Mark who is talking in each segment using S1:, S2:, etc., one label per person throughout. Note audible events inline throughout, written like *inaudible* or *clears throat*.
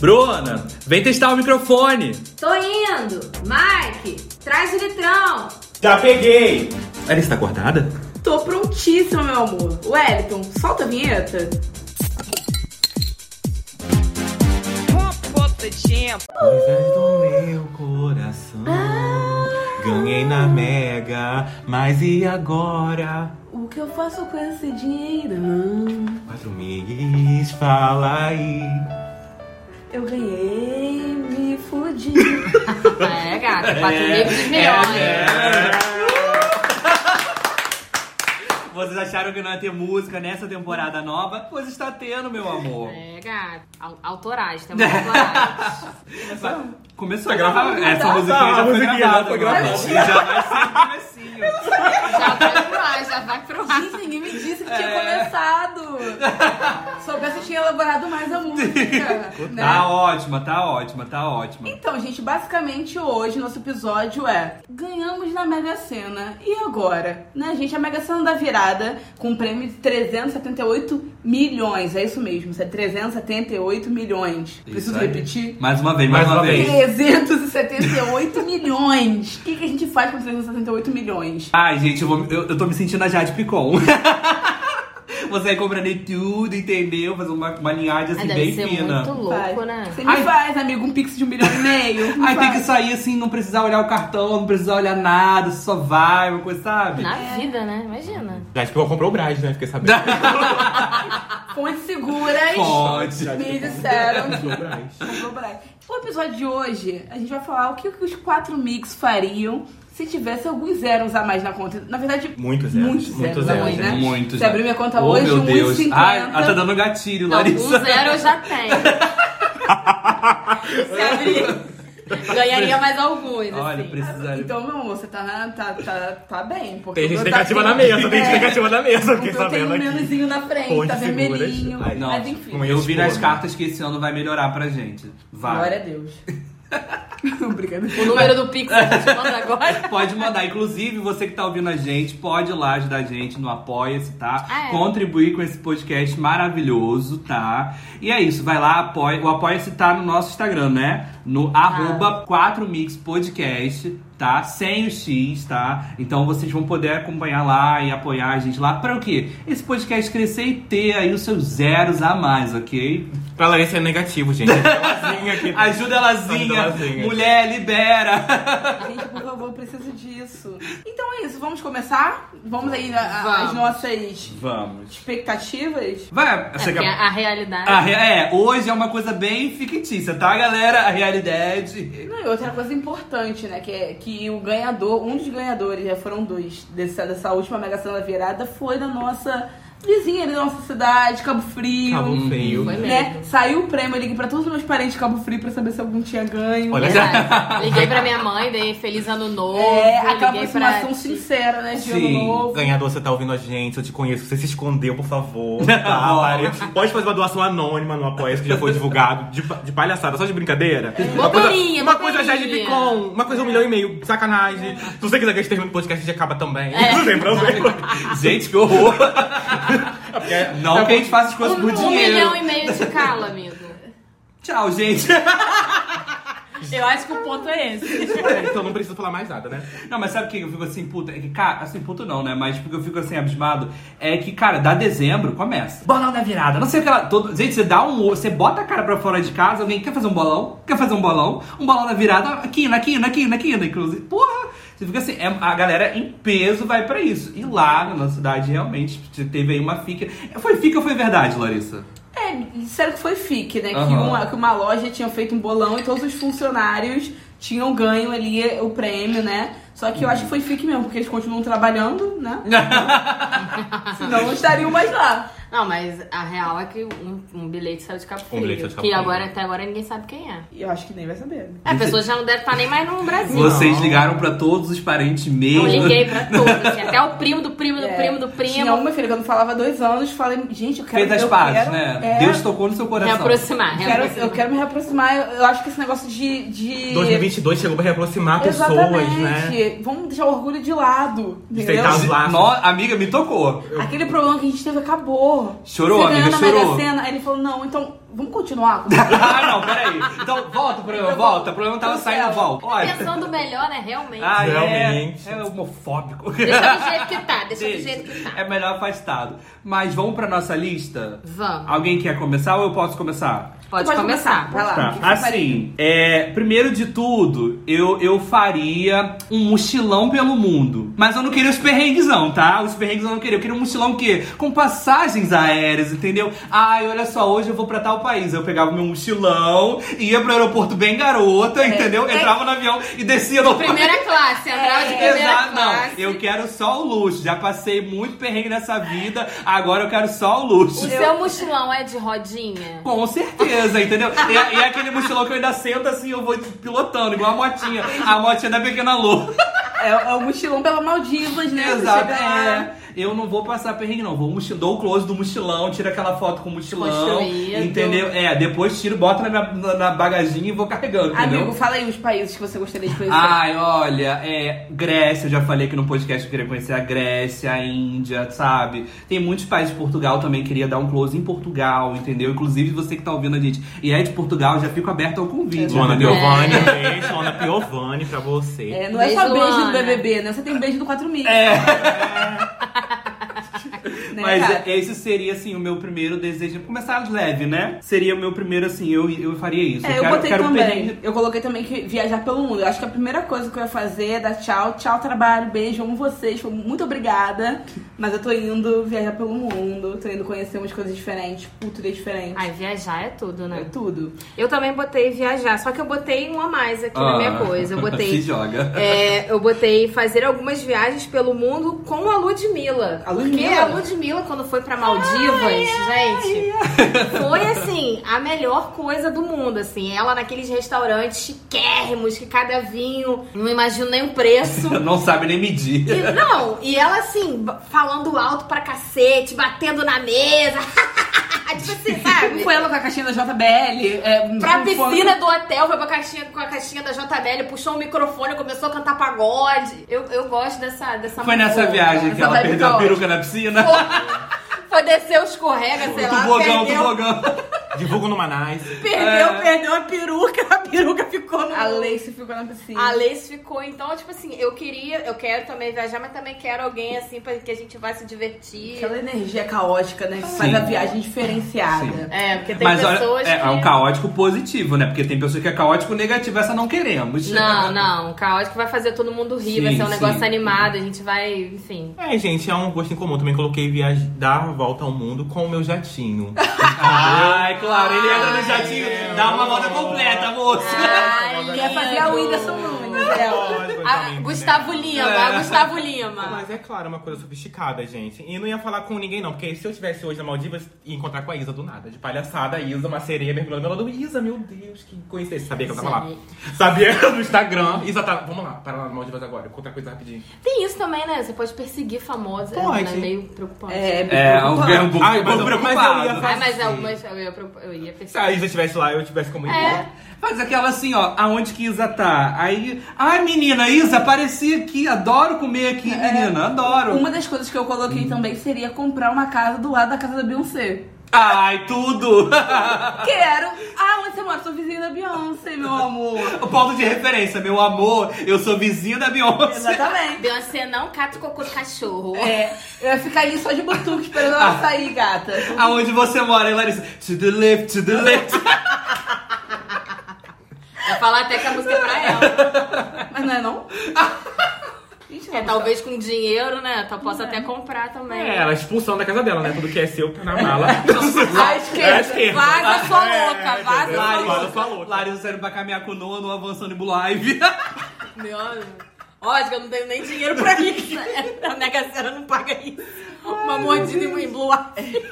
S1: Bruna, vem testar o microfone.
S2: Tô indo! Mike, traz o litrão!
S3: Já peguei!
S1: Ela está acordada?
S4: Tô prontíssima, meu amor. Wellington, solta a vinheta.
S3: Coisas do meu coração.
S4: Ah!
S3: Ganhei na Mega, mas e agora?
S4: O que eu faço com esse dinheiro? Hum,
S3: Quatro mês, fala aí.
S4: Eu ganhei, me fudi.
S2: *laughs* É, gata, quatro amigos dos
S4: É,
S2: melhores.
S1: Vocês acharam que não ia ter música nessa temporada nova? Pois está tendo, meu amor.
S2: É, gata. Au- Autorais, tá temos autorais.
S1: Vai- Começou a gravar.
S4: Ah,
S1: Essa
S3: Tá,
S1: musiquinha já
S3: a
S1: foi
S3: musiquinha já
S1: gravada.
S3: foi
S1: meu amor. Já vai ser o comecinho.
S2: já vai pro ar, já vai pro ar. É.
S4: Gente, ninguém me disse que tinha começado. Soubesse, eu tinha elaborado mais a música. né?
S1: Tá ótima, tá ótima, tá ótima.
S4: Então, gente, basicamente hoje nosso episódio é ganhamos na Mega Sena. E agora? Né, gente? A Mega Sena da virada com um prêmio de 378 milhões. É isso mesmo, isso é 378 milhões. Preciso
S1: Isso aí.
S4: repetir?
S1: Mais uma vez, mais, uma, vez.
S4: 378 milhões. O que, que a gente faz com 378 milhões?
S1: Ai, gente, eu, vou- eu- eu tô me sentindo a Jade Picon. *laughs* Você vai compreender tudo, entendeu? Fazer uma, uma linhagem
S2: Ah,
S1: assim,
S2: deve
S1: bem
S2: ser
S1: fina.
S2: muito
S4: Faz.
S2: louco, né?
S4: Você me
S1: Ai.
S4: faz, amigo, um pix de um milhão e
S1: *laughs*
S4: meio. Me
S1: Aí tem que
S4: faz.
S1: sair assim, não precisar olhar o cartão, não precisar olhar nada, só vai, uma coisa, sabe? *laughs*
S2: Na vida, né? Imagina.
S3: Já que eu comprou o Brás, né? Fiquei sabendo.
S4: Fontes seguras.
S1: Fontes.
S4: Me disseram que
S3: *laughs* Comprou o Brás.
S4: Comprou Brás. O episódio de hoje, a gente vai falar o que os quatro mix fariam se tivesse alguns zeros a mais na conta. Na verdade,
S3: Muitos zeros,
S4: Muitos zeros,
S3: muitos
S4: a
S3: zeros,
S4: mais, né?
S1: Muito,
S4: Se
S1: gente.
S4: abrir minha conta
S1: oh,
S4: hoje,
S1: meu Deus.
S4: 1,50.
S1: Ai,
S3: ah,
S1: ela tá dando gatilho,
S2: Não, um
S1: Larissa.
S2: zero eu já tenho.
S4: se abrir.
S2: Ganharia mais alguns,
S1: Olha,
S2: assim.
S1: precisa.
S4: Então, meu amor, você tá, na- tá, tá, tá bem. Porque
S3: Tem gente
S4: eu
S3: negativa
S4: tenho-
S3: na mesa, tem
S4: É,
S3: gente negativa na mesa, fiquei
S4: Eu tenho
S3: sabendo
S4: um
S3: aqui.
S4: menuzinho na frente, tá
S3: Fontes seguras.
S4: vermelhinho.
S3: Ai,
S1: não.
S4: Mas enfim,
S3: Com
S1: Eu vi nas
S3: Expor, né?
S1: cartas que esse ano vai melhorar pra gente. Vai.
S4: glória a Deus. Obrigada.
S2: O número do Pix que eu te mando agora.
S1: Pode mandar. Inclusive, você que tá ouvindo a gente, pode ir lá ajudar a gente no Apoia-se, tá?
S2: Ah, é.
S1: Contribuir com esse podcast maravilhoso, tá? E é isso, vai lá, apoia. O Apoia-se tá no nosso Instagram, né? No arroba 4mix podcast, tá? Sem o X, tá? Então vocês vão poder acompanhar lá e apoiar a gente lá. Pra o quê? Esse podcast crescer e ter aí os seus zeros a mais, ok?
S3: Pra Larissa é
S4: *laughs*
S3: negativo, gente.
S1: *laughs*
S3: Elazinha aqui.
S1: Ajuda elazinha.
S3: Ajuda elazinha.
S1: Mulher, libera!
S4: Gente, por favor, eu preciso disso. Então é isso, vamos começar? Vamos aí a- a-
S2: Vamos.
S4: as nossas
S1: Vamos.
S4: expectativas?
S1: Vai,
S2: É,
S1: *laughs* você
S2: porque
S1: quer...
S2: a, a realidade.
S1: A re- é, hoje é uma coisa bem fictícia, tá, galera? A realidade.
S4: Não, e outra coisa importante, né? Que é que o ganhador, um dos ganhadores, já foram dois, dessa, dessa última Mega Sena virada, foi da nossa vizinha ali da nossa cidade, Cabo Frio.
S3: Cabo Tá feio.
S2: Foi
S4: Né?
S2: mesmo.
S4: Saiu o prêmio, eu liguei pra todos os meus parentes de Cabo Frio pra saber se algum tinha ganho.
S3: Olha
S2: é Verdade. Liguei pra minha mãe, dei feliz ano novo.
S4: é, aquela
S2: liguei pra-
S4: aproximação sincera, né? De ano
S1: Sim,
S4: novo.
S3: Ganhador, você tá ouvindo a gente, eu te conheço. Você se escondeu, por
S1: *laughs*
S3: favor. Tá, Larissa? Pode fazer uma doação anônima no Apoia-se, que já foi divulgado. De, pa- de palhaçada, só de brincadeira. Uma coisa,
S2: Bobeirinha,
S3: uma coisa já de
S2: bobeirinha.
S3: picom, uma coisa um milhão e meio. Sacanagem. Se você quiser que a gente termine o podcast, a gente acaba também. *laughs* Não tem problema.
S1: É. *laughs* Gente, que
S3: *laughs*
S1: horror!
S3: É
S1: Não que a gente faça as coisas por
S2: Um, um milhão
S1: dinheiro.
S2: e meio de cala, amigo.
S1: Tchau, gente. *laughs*
S2: Eu acho que o ponto é esse.
S3: Então não preciso falar mais nada, né?
S1: Não, mas sabe o que eu fico assim, puta? É que, cara, assim, puto não, né? Mas porque eu fico assim, abismado. É que, cara, dá dezembro, começa. Bolão da virada. Não sei o que ela. Todo... Gente, você dá um. Você bota a cara pra fora de casa, alguém quer fazer um bolão? Quer fazer um bolão? Um bolão da virada, aqui, aqui, aqui, aqui, inclusive. Porra! Você fica assim, é- a galera em peso vai pra isso. E lá na nossa cidade, realmente, teve aí uma fica. Foi fica ou foi verdade, Larissa?
S4: É, disseram que foi FIC, né? Que,
S1: Aham.
S4: uma, que uma loja tinha feito um bolão e todos os funcionários tinham ganho ali o prêmio, né? Só que eu acho que foi FIC mesmo, porque eles continuam
S1: *laughs*
S4: trabalhando, né? Senão não estariam mais lá.
S2: Não, mas a real é que um, um bilhete saiu de Cabo Frio.
S3: bilhete saiu de Cabo
S2: que
S3: Frio.
S2: agora, até agora ninguém sabe quem é.
S4: E eu acho que nem vai saber. né?
S2: É, a pessoa já não deve estar nem mais no Brasil.
S1: Vocês ligaram pra todos os parentes
S2: Eu
S1: mesmo.
S2: liguei pra todos, assim, até o primo do primo do
S4: É,
S2: primo do
S4: Tinha
S2: primo.
S4: uma filha que eu não falava há dois anos, falei, gente, eu quero...
S1: Fez as
S4: eu
S1: pazes,
S4: quero-
S1: né?
S4: é,
S1: Deus tocou no seu
S2: Me
S1: coração.
S2: aproximar,
S4: eu
S2: me
S4: quero,
S2: aproximar.
S4: eu quero me reaproximar, eu, eu acho que esse negócio de... de...
S3: 2022 chegou pra reaproximar pessoas, né?
S4: Exatamente. Vamos deixar o orgulho de lado, entendeu?
S3: Aceitar os laços.
S1: Nó- Tá amiga, me tocou.
S4: Aquele problema que a gente teve acabou.
S1: Chorou,
S4: Você ganhou
S1: amiga,
S4: na Mega
S1: chorou.
S4: Sena. Aí ele falou, não, então Vamos continuar?
S1: *laughs* ah, não, peraí. Então, volta o programa, volta. O programa tava saindo, volta. Olha.
S2: Pensando melhor, né? Realmente.
S1: Ah, é,
S3: Realmente.
S1: é homofóbico. *laughs*
S2: Deixa do jeito que tá, deixa do jeito que tá.
S1: É melhor afastado. Mas vamos pra nossa lista?
S2: Vamos.
S1: Alguém quer começar ou eu posso Ah, começar?
S2: Pode,
S4: Pode começar.
S2: começar.
S4: Vai lá.
S1: Tá,
S4: o que você
S1: assim, é, primeiro de tudo, eu, eu faria um mochilão pelo mundo. Mas eu não queria os perrengues, não, tá? Os perrengues eu não queria. Eu queria um mochilão que Com passagens aéreas, entendeu? Ai, olha só, hoje eu vou pra tal país. Eu pegava meu mochilão, ia pro aeroporto bem
S2: É.
S1: garota, entendeu? Entrava no avião e descia no
S2: Primeira classe, André de primeira
S1: É, Exato, não.
S2: classe.
S1: Eu quero só o luxo. Já passei muito perrengue nessa vida, agora eu quero só o luxo.
S2: O seu mochilão é de rodinha?
S1: Com certeza, entendeu? E, e é aquele mochilão que eu ainda sento assim, eu vou pilotando, igual a motinha. A motinha da pequena Lu.
S4: É, é o mochilão pela Maldivas, né? Você
S1: Exato.
S4: chega lá.
S1: É. Eu não vou passar perrengue, não. Vou mochi- dou o close do mochilão, tiro aquela foto com o mochilão.
S2: Construído.
S1: Entendeu? É, depois tiro, boto na, minha- na, na bagaginha e vou carregando, entendeu? Ah,
S4: Amigo, fala aí os países que você gostaria de conhecer.
S1: Ai, olha, é. Grécia, eu já falei aqui no podcast que eu queria conhecer a Grécia, a Índia, sabe? Tem muitos países de Portugal também, queria dar um close em Portugal, entendeu? Inclusive você que tá ouvindo a gente e é de Portugal, já fico aberto ao convite.
S3: Luana
S1: entendeu?
S3: Piovani, beijo, Luana Piovani pra você.
S4: É, não é só
S2: Beijo,
S4: beijo
S2: Ana.
S4: do BBB, né? Você tem beijo do 4 mil. *laughs*
S1: É.
S4: Né,
S1: Mas
S4: cara?
S1: esse seria, assim, o meu primeiro desejo. Começar leve, né? Seria o meu primeiro, assim, eu, eu faria isso.
S4: É, eu
S1: quero,
S4: botei
S1: quero
S4: também.
S1: perrengue-
S4: Eu coloquei também que viajar pelo mundo. Eu acho que a primeira coisa que eu ia fazer é dar tchau, tchau, trabalho, beijo, amo vocês, foi muito obrigada. Mas eu tô indo viajar pelo mundo, tô indo conhecer umas coisas diferentes, culturas diferentes.
S2: Ai, viajar é tudo,
S4: É
S2: né?
S4: tudo.
S2: Eu também botei viajar, só que eu botei um a mais aqui na minha
S1: Ah,
S2: coisa. Eu
S1: *laughs* Se
S2: botei.
S1: joga.
S2: é, eu botei fazer algumas viagens pelo mundo com a Ludmilla.
S4: A Ludmilla?
S2: Porque a Ludmilla, quando foi pra Maldivas, gente, foi assim, a melhor coisa do mundo. Assim, ela naqueles restaurantes chiquérrimos, que cada vinho, não imagino nem o preço.
S1: *laughs*
S4: É.
S1: Não sabe nem medir.
S2: E, não, e ela assim, b- falando alto pra cacete, batendo na mesa. *laughs* tipo assim,
S4: Não
S2: sabe?
S4: foi ela com a caixinha da JBL? É,
S2: Pra
S4: não foi-
S2: piscina do hotel, foi pra caixinha, com a caixinha da JBL, puxou o microfone, começou a cantar pagode. Eu, eu gosto dessa, dessa
S1: Foi nessa
S2: muvuca.
S1: viagem que
S4: tá Essa
S1: ela
S4: vibe
S1: perdeu a
S4: caótica.
S1: peruca na piscina.
S2: Foi descer os escorrega,
S1: *laughs*
S2: sei lá.
S1: Tubogão,
S2: perdeu,
S1: tubogão.
S3: Divulgo no Manais.
S4: Perdeu,
S1: É.
S4: perdeu a peruca, a peruca ficou no. A Lace ficou na
S1: É.
S4: piscina.
S2: A Lace ficou, então, tipo assim, eu queria, eu quero também viajar, mas também quero alguém assim, pra que a gente vá se divertir.
S4: Aquela energia caótica, né? Que
S1: Sim.
S4: faz a viagem diferenciada.
S1: Sim.
S2: É, porque tem
S1: Mas olha,
S2: pessoas
S1: é,
S2: que...
S1: é um caótico positivo, né? Porque tem pessoa que é caótico negativo, essa não queremos.
S2: Não, não. Caótico vai fazer todo mundo rir,
S1: Sim,
S2: vai ser um
S1: sim.
S2: negócio animado, a gente vai, enfim.
S3: É, gente, é um gosto em comum. Também coloquei viajar, dar a volta ao mundo com o meu jatinho.
S1: *laughs* Ai, claro, ele entra no jatinho, dá uma volta completa, moço.
S2: *laughs* Ah. Ai,
S4: É, Quer fazer a Whindersson Nunes, né? ela.
S2: A- Ah, Gustavo Lima,
S1: É.
S2: a Gustavo Lima.
S3: Mas né? é claro, uma coisa sofisticada, gente. E não ia falar com ninguém, não. Porque se eu estivesse hoje na Maldivas, ia encontrar com a Isa do nada. De palhaçada, a Isa, uma sereia mergulhando. Ela do Isa, meu Deus, que coincidência. Sabia que ela tava lá. Sabia *laughs* no Instagram. Isa tá. Vamos lá, para lá na Maldivas agora. Encontrar com a Isa rapidinho.
S2: Tem isso também, né? Você pode perseguir famosa,
S3: Pode.
S2: né? Meio preocupante.
S4: É,
S1: É, um
S4: preocupante.
S1: verbo
S3: Ai, mas eu- mas eu
S1: preocupado.
S3: ia
S2: Ai, mas
S3: assim.
S2: algumas eu ia, pro- eu ia
S3: Se a
S2: perseguir.
S3: Isa estivesse lá, eu tivesse como ir.
S2: É.
S1: Faz aquela assim, ó, aonde que Isa tá? Aí, ai menina, Isa, apareci aqui, adoro comer aqui,
S2: É.
S1: menina, adoro.
S4: Uma das coisas que eu coloquei também seria comprar uma casa do lado da casa da Beyoncé.
S1: Ai, tudo! *laughs*
S4: Quero! Ah, onde você mora? Sou vizinha da Beyoncé, meu amor.
S1: o ponto de referência, meu amor, eu sou vizinha da Beyoncé.
S4: Exatamente.
S2: Beyoncé não cata o cocô do cachorro.
S4: É, eu ia ficar ali só de butuque esperando ela sair, gata.
S1: Aonde você mora, hein, Larissa? To the left, to the left.
S2: Vai falar até que a música é pra ela.
S4: Mas não é não? Gente,
S2: É,
S4: não.
S2: talvez com dinheiro, né? Eu posso até comprar também.
S3: É, ela expulsando da casa dela, né? Tudo que é seu tá na
S2: *laughs*
S3: mala.
S4: À
S3: À
S4: esquerda.
S3: esquerda.
S2: Vaza, sou louca, vaza, sou
S3: Larissa.
S2: louca.
S3: Fala, fala.
S1: Larissa saindo pra caminhar com o Noah, Noah avançando em Blue Live.
S2: Meu amigo. Ótimo, eu não tenho nem dinheiro pra isso. *laughs* A Mega Sena não paga isso. Uma mordida em blue Eye.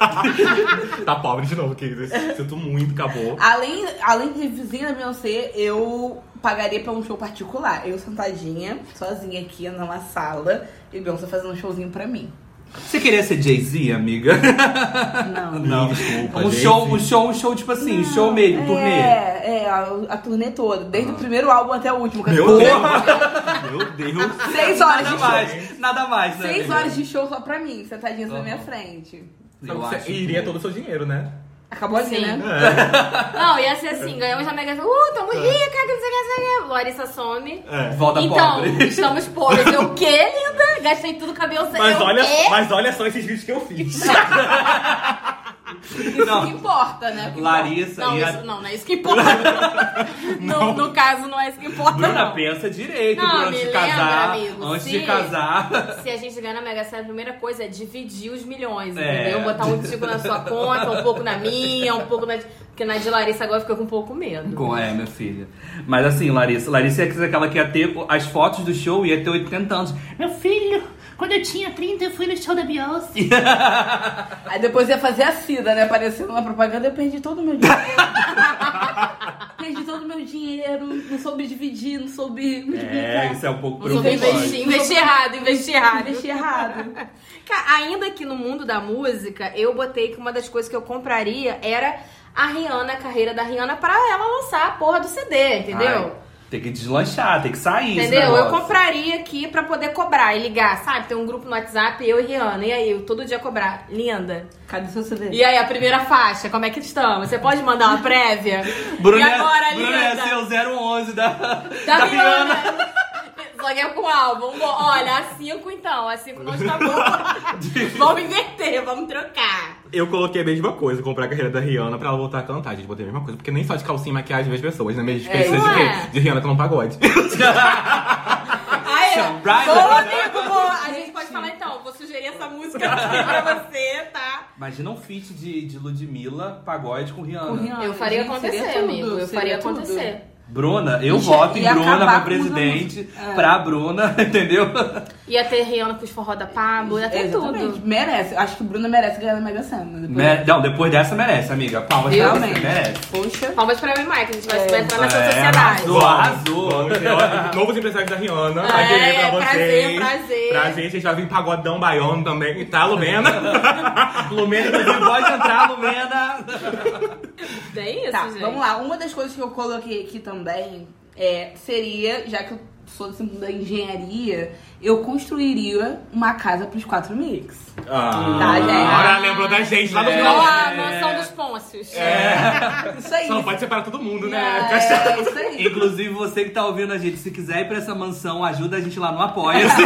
S3: tá pobre de novo, querida. Sinto muito, acabou.
S4: Além, além de vizinha da Beyoncé, eu pagaria pra um show particular. Eu sentadinha, sozinha aqui numa sala, e Beyoncé fazendo um showzinho pra mim.
S1: *laughs* Você queria ser Jay-Z, amiga?
S4: Não.
S1: Não,
S3: desculpa,
S1: um
S3: gente.
S1: show, um show, um show, tipo assim, um *laughs* show mesmo, turnê.
S4: É, é, a, a turnê toda, desde o primeiro álbum até o último.
S3: Meu Deus! Meu Deus!
S4: Seis horas de
S1: Nada
S4: show.
S1: mais, nada mais, né?
S4: Seis
S1: amiga?
S4: horas de show só pra mim, sentadinhas na minha
S1: Aham.
S4: frente.
S1: Eu
S3: Você
S1: acho
S3: iria
S1: que-
S3: todo o seu dinheiro, né?
S4: Acabou assim,
S2: Sim.
S4: né?
S2: Não, ia ser assim, ganhamos na Mega Sena. Uh, tamo rica, que não sei o que, não sei o que. Larissa some.
S3: É.
S1: Volta
S2: então,
S1: pobre.
S2: estamos pobres.
S3: *laughs*
S2: Eu o quê, linda? Gastei tudo cabelo sem
S3: Mas
S2: eu o
S3: olha,
S2: quê?
S3: mas olha só esses vídeos que eu fiz.
S4: Isso que
S1: Não,
S4: importa, né?
S1: Larissa
S2: Não,
S1: e a...
S2: isso, não, não é isso que
S1: *laughs*
S2: importa. no, no caso, não é isso que importa.
S1: Bruna,
S2: não.
S1: pensa direito,
S2: Não,
S1: Bruna,
S2: me
S1: antes de
S2: lembra,
S1: casar.
S2: amigo,
S1: antes
S2: se-
S1: de casar.
S2: Se a gente ganhar na Mega Sena, a primeira coisa é dividir os milhões,
S1: É.
S2: entendeu? Botar um tico na sua conta, um pouco na minha, um pouco na... de- Porque na de Larissa agora fica com um pouco medo.
S1: Com- É, minha filha. Mas assim, Larissa, Larissa é aquela que ia ter as fotos do show e ia ter 80 anos. Meu filho, quando eu tinha 30, eu fui no show da Beyoncé.
S4: Aí depois ia fazer a Cida, né? Aparecendo na propaganda, eu perdi todo o meu
S1: *laughs*
S4: dinheiro. perdi todo o meu dinheiro, não soube dividir, não soube multiplicar.
S1: É, isso é um pouco
S2: Não soube investir,
S1: preocupante.
S2: investi errado, investi errado.
S4: Investi errado.
S2: Cara, ainda que no mundo da música, eu botei que uma das coisas que eu compraria era a Rihanna, a carreira da Rihanna, pra ela lançar a porra do CD, entendeu?
S1: Ai, tem que deslanchar, tem que sair. esse
S2: Entendeu? Eu
S1: negócio.
S2: compraria aqui pra poder cobrar e ligar, sabe? Tem um grupo no WhatsApp, eu e Rihanna. E aí, eu todo dia cobrar. Linda.
S4: Cadê seu CD?
S2: E aí, a primeira faixa, como é que estamos? Você pode mandar uma
S1: *laughs*
S2: prévia?
S1: Bruna,
S2: e agora,
S1: Bruna
S2: linda?
S1: é Tá seu 011 da, da, Rihanna.
S2: Da Rihanna. *laughs* Só que é com o álbum. Bom, Olha, a 5 então. A 5 não
S1: *laughs*
S2: está boa. *laughs* vamos inverter, vamos trocar.
S3: *laughs* Eu coloquei a mesma coisa, comprar a carreira da Rihanna pra ela voltar a cantar, gente. Botei a mesma coisa, porque nem só de calcinha e maquiagem vê as pessoas, né? Mesmo
S4: É,
S3: precisa de
S2: não é?
S3: quê? De Rihanna com um *laughs* pagode.
S2: Aí, ó.
S1: Surprise.
S2: boa, amigo, boa. A gente pode falar então, vou sugerir essa música aqui pra você, tá?
S1: Imagina um feat de, de Ludmilla, pagode com Rihanna.
S4: Com Rihanna,
S2: Eu faria
S4: gente,
S2: acontecer,
S4: seria tudo,
S2: amigo. Eu
S4: seria
S2: faria
S4: tudo.
S2: acontecer.
S1: Bruna, eu
S4: Ia-
S1: voto em
S4: ia
S1: Bruna
S4: acabar
S1: pra
S4: com
S1: presidente,
S4: os anos. É.
S1: pra Bruna, *laughs* entendeu?
S2: Ia ter Rihanna com os forró da Pablo, ia ter
S4: Exatamente.
S2: tudo.
S4: Merece. Acho que o Bruno merece ganhar na Mega Sena. Depois...
S1: Mere- Não, depois dessa merece, amiga. Palmas pra você,
S4: Realmente.
S1: merece.
S4: Poxa.
S2: Palmas pra mim, Mike, a gente vai
S4: É.
S2: vai entrar nessa
S1: É,
S2: sociedade.
S1: arrasou. Arrasou.
S3: Vamos ter, ó, Novos empresários da Rihanna.
S2: É,
S3: Paguei pra vocês.
S2: prazer, prazer.
S3: Pra gente, a gente vai vir pagodão baiano também. Tá, Lumena? *laughs*
S1: Lumena, inclusive, pode entrar, Lumena. *laughs*
S2: Bem É isso,
S4: Tá,
S2: gente.
S4: vamos lá. Uma das coisas que eu coloquei aqui também é, seria, já que eu sou desse mundo da engenharia, eu construiria uma casa pros quatro mix.
S3: Ah.
S4: Tá, gente.
S3: Agora lembrou da gente lá no
S1: É.
S2: Igual
S3: final.
S2: a mansão dos Pôncios.
S3: É.
S4: Isso aí.
S3: Só não pode separar todo mundo, né? *laughs*
S4: É, é isso aí.
S1: Inclusive, você que tá ouvindo a gente, se quiser ir pra essa mansão, ajuda a gente lá no
S4: *laughs*
S1: Apoia-se.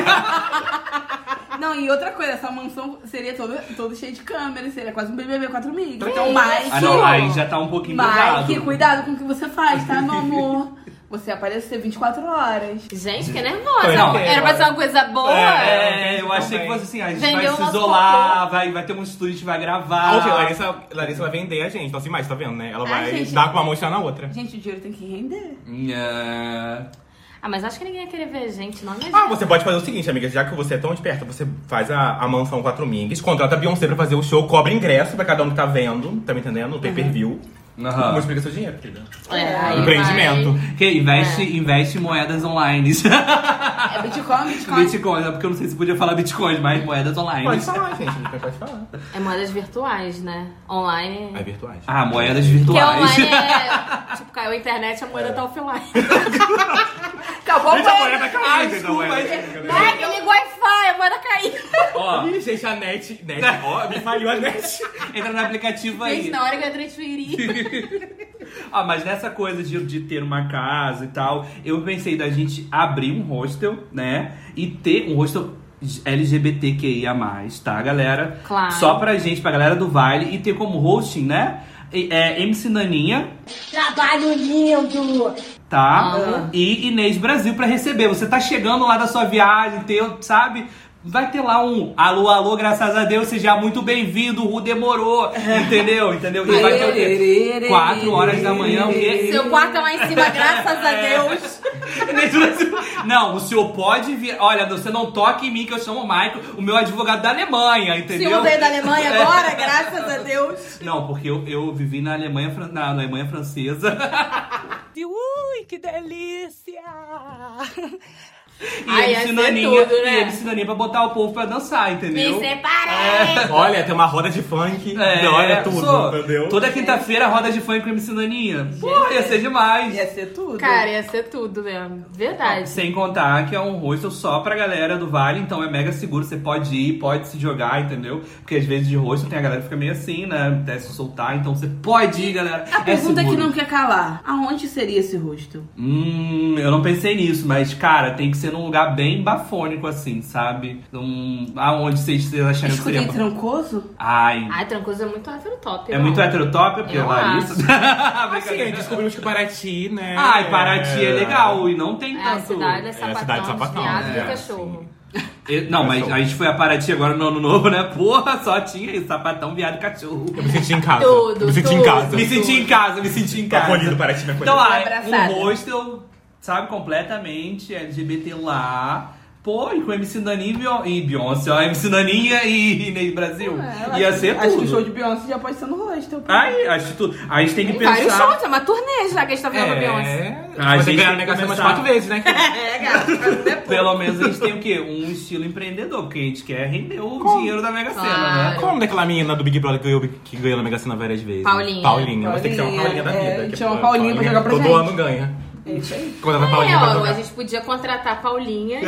S4: Não, e outra coisa, essa mansão seria toda, toda cheia de câmeras, seria quase um BBB 4 mix. Então,
S1: ah,
S4: Mike,
S1: não, aí já tá um pouquinho pesado.
S4: Mike, cuidado com o que você faz, tá, meu
S1: *laughs*
S4: amor? Você aparecer 24 horas.
S2: Gente, fiquei nervosa.
S3: Foi,
S1: não,
S2: Era pra ser uma coisa boa.
S1: É, eu
S3: Também.
S1: achei que fosse assim, a gente
S2: Vendeu o
S1: vai se
S2: nosso
S1: isolar, vai, vai ter um estúdio, a gente vai gravar.
S3: Ok, Larissa, Larissa vai vender a gente. Nossa imagem, tá vendo, né? Ela
S4: Ai,
S3: vai
S4: gente.
S3: dar com uma mão e tirar na outra.
S4: Gente, o dinheiro tem que render.
S1: É.
S2: Ah, mas acho que ninguém ia querer ver gente, não é
S3: Ah, você pode fazer o seguinte, amiga, já que você é tão esperta, você faz a, a mansão 4 Mingues, contrata a Beyoncé pra fazer o show, cobra ingresso pra cada um que tá vendo, tá me entendendo? O pay per view.
S1: Aham.
S3: Multiplica seu dinheiro, querida.
S2: É, aí
S3: Um Empreendimento.
S1: Que investe,
S2: É.
S1: investe em moedas online. *laughs*
S4: É Bitcoin, Bitcoin.
S1: Bitcoin, é porque eu não sei se podia falar Bitcoin, mas moedas online.
S3: Pode falar, gente, a gente pode falar.
S2: vai- É moedas virtuais, né? Online.
S3: Aí, virtuais. É.
S1: Ah, moedas
S2: Porque
S1: virtuais.
S2: online
S1: *laughs*
S2: é. tipo, caiu a internet, a moeda tá offline.
S4: Acabou
S3: Gente, a moeda tá caiu,
S1: Ah,
S3: gente, a
S1: desculpa,
S3: moeda
S1: gente.
S3: caiu.
S2: Ai, que liga o Wi-Fi, a moeda caiu.
S1: Ó, Né?
S3: Ih, gente, a net, net, ó, me falhou
S1: *laughs*
S3: a net.
S1: entra no aplicativo aí.
S2: Gente, na hora que eu ia transferir.
S1: Ah, mas nessa coisa de, de ter uma casa e tal, eu pensei da gente abrir um hostel, né? E ter um hostel LGBTQIA, tá, galera?
S2: Claro.
S1: Só pra gente, pra galera do Vale, e ter como hosting, né? E- É, MC Naninha,
S5: Trabalho lindo!
S1: tá?
S2: Amo.
S1: E Inês Brasil pra receber. Você tá chegando lá da sua viagem, teu, sabe? Vai ter lá um alô, alô, graças a Deus, seja muito bem-vindo, o Ru demorou, entendeu? Entendeu? E vai ter o quê? Quatro horas da manhã, o quê? É.
S2: Seu
S4: é
S2: quarto tá lá em cima,
S1: *laughs*
S2: graças a Deus.
S1: Inês Brasil. Não, o senhor pode vir. Olha, você não toque em mim que eu chamo o Michael, o meu advogado da Alemanha,
S2: Se
S1: entendeu? É.
S2: eu veio da Alemanha agora, graças a Deus.
S1: Não, porque eu, eu vivi na Alemanha, fran- na Alemanha francesa.
S6: Ui, que delícia!
S1: *laughs* E
S2: Ai,
S1: ele
S2: ia ser
S1: sinaninha,
S2: tudo, né? é-
S1: e ele sinaninha pra botar o povo pra dançar, entendeu?
S2: Me separei!
S3: Olha, tem uma roda de funk. né,
S1: É,
S3: olha tudo,
S1: só,
S3: entendeu?
S1: Toda quinta-feira roda de funk com a MC Naninha. Porra, ia ser demais.
S4: Ia ser tudo.
S2: É. Cara, ia ser tudo mesmo. Verdade.
S1: Sem contar que é um rosto só pra galera do Vale, então é mega seguro, você pode ir, pode se jogar, entendeu? Porque às vezes de rosto tem a galera que fica meio assim, né? Até se soltar, então você pode ir, galera.
S4: a pergunta
S1: é
S4: que
S1: seguro.
S4: não quer calar. Aonde seria esse rosto?
S1: Hum, eu não pensei nisso, mas cara, tem que ser num lugar bem bafônico assim, sabe? Num... Aonde vocês vocês acharam que
S4: Escutei
S1: seria?
S4: trancoso?
S1: Ai,
S2: Ai, trancoso é muito hétero top.
S1: é
S2: não.
S1: muito heterotopia, porque é
S2: Eu
S1: Larissa. *laughs*
S3: Assim, aí descobrimos que Paraty, né?
S1: Ai, Paraty é legal e não tem
S2: É a
S1: tanto.
S2: cidade é
S3: cidade
S2: sapatão,
S3: de
S2: é
S3: sapatão,
S2: viado
S3: né?
S2: e cachorro.
S1: Eu- não, mas a gente foi a Paraty agora no ano novo, né? Porra, só tinha isso, sapatão, viado e cachorro.
S3: Eu me senti em casa.
S2: Tudo,
S3: eu me senti em
S2: tudo.
S3: casa.
S1: Me senti em casa, me senti em
S3: Tá acolhido,
S1: casa.
S3: Paraty me acolhido.
S1: Então, ah,
S4: Abraçada.
S1: um hostel, sabe, completamente LGBT lá. Pô, e com MC Naninha e Bio- e Beyoncé, ó, MC Naninha e Inês Brasil.
S4: É, eu
S1: Ia
S4: acho-
S1: ser
S4: Acho que o show
S1: tudo. Ah,
S4: de Beyoncé já pode ser no rosto.
S1: Ai, acho que tudo. A gente tem que
S2: Tem vários
S1: pensar.
S2: shows, é uma turnê já que a gente tá vendo
S3: É.
S2: com a Beyoncé.
S1: A gente
S3: Mas tem que
S1: tem
S3: ganhar
S1: que
S3: o negócio umas
S1: começar.
S3: quatro vezes, *laughs* né?
S2: É, gato, é pouco.
S1: *laughs* Pelo menos a gente tem o quê? Um estilo empreendedor, porque a gente quer render o dinheiro da Mega Sena, né?
S2: Claro.
S1: *laughs*
S3: Como daquela menina do Big Brother que ganhou, que ganhou na Mega Sena várias vezes?
S2: Paulinha.
S3: Paulinha. Mas tem que ser uma Paulinha
S4: Paulinha,
S3: da vida.
S4: é,
S3: que
S4: tem que chamar uma Paulinha pra jogar pra
S3: todo
S4: gente.
S3: ano ganha.
S4: É isso aí.
S3: Quando a
S2: É,
S3: Paulinha vai
S2: ó, a
S3: jogar. É.
S2: gente podia contratar a Paulinha.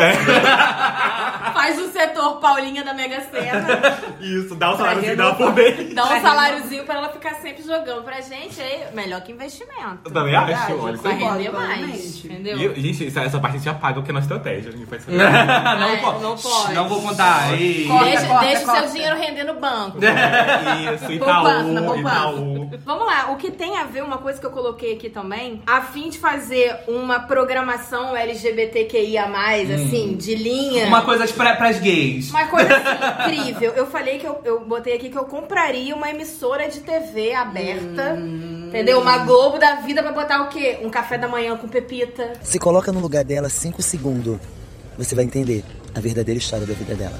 S2: Faz o setor Paulinha da Mega Sena.
S3: Isso, dá o saláriozinho
S4: Pra
S3: dela por mês.
S2: Dá um saláriozinho pra ela ficar sempre jogando pra gente. Aí, melhor que investimento.
S3: Eu também acho, olha. isso
S2: Vai
S3: aí.
S4: Concordo,
S2: render mais,
S4: totalmente.
S2: entendeu?
S3: E, gente, essa, essa parte a gente já paga porque é nossa estratégia. Ninguém *laughs* faz isso.
S2: Ai,
S1: po-
S2: não pode.
S1: Não vou contar. Ei.
S4: Corta,
S2: deixa
S4: corta,
S2: deixa o
S4: corta.
S2: seu dinheiro render no banco.
S3: Isso,
S4: Poupança, na
S3: Itaú,
S4: poupança.
S3: Itaú.
S2: Vamos lá, o que tem a ver, uma coisa que eu coloquei aqui também, a fim de fazer uma programação LGBTQIA, assim, de linha.
S1: Hum. Uma coisa pra, pras gays.
S2: Uma coisa assim, incrível. Eu falei que eu, eu botei aqui que eu compraria uma emissora de TV aberta.
S1: Hum.
S2: Entendeu? Uma Globo da vida pra botar o quê? Um café da manhã com pepita.
S6: Se coloca no lugar dela 5 segundos, você vai entender a verdadeira história da vida dela.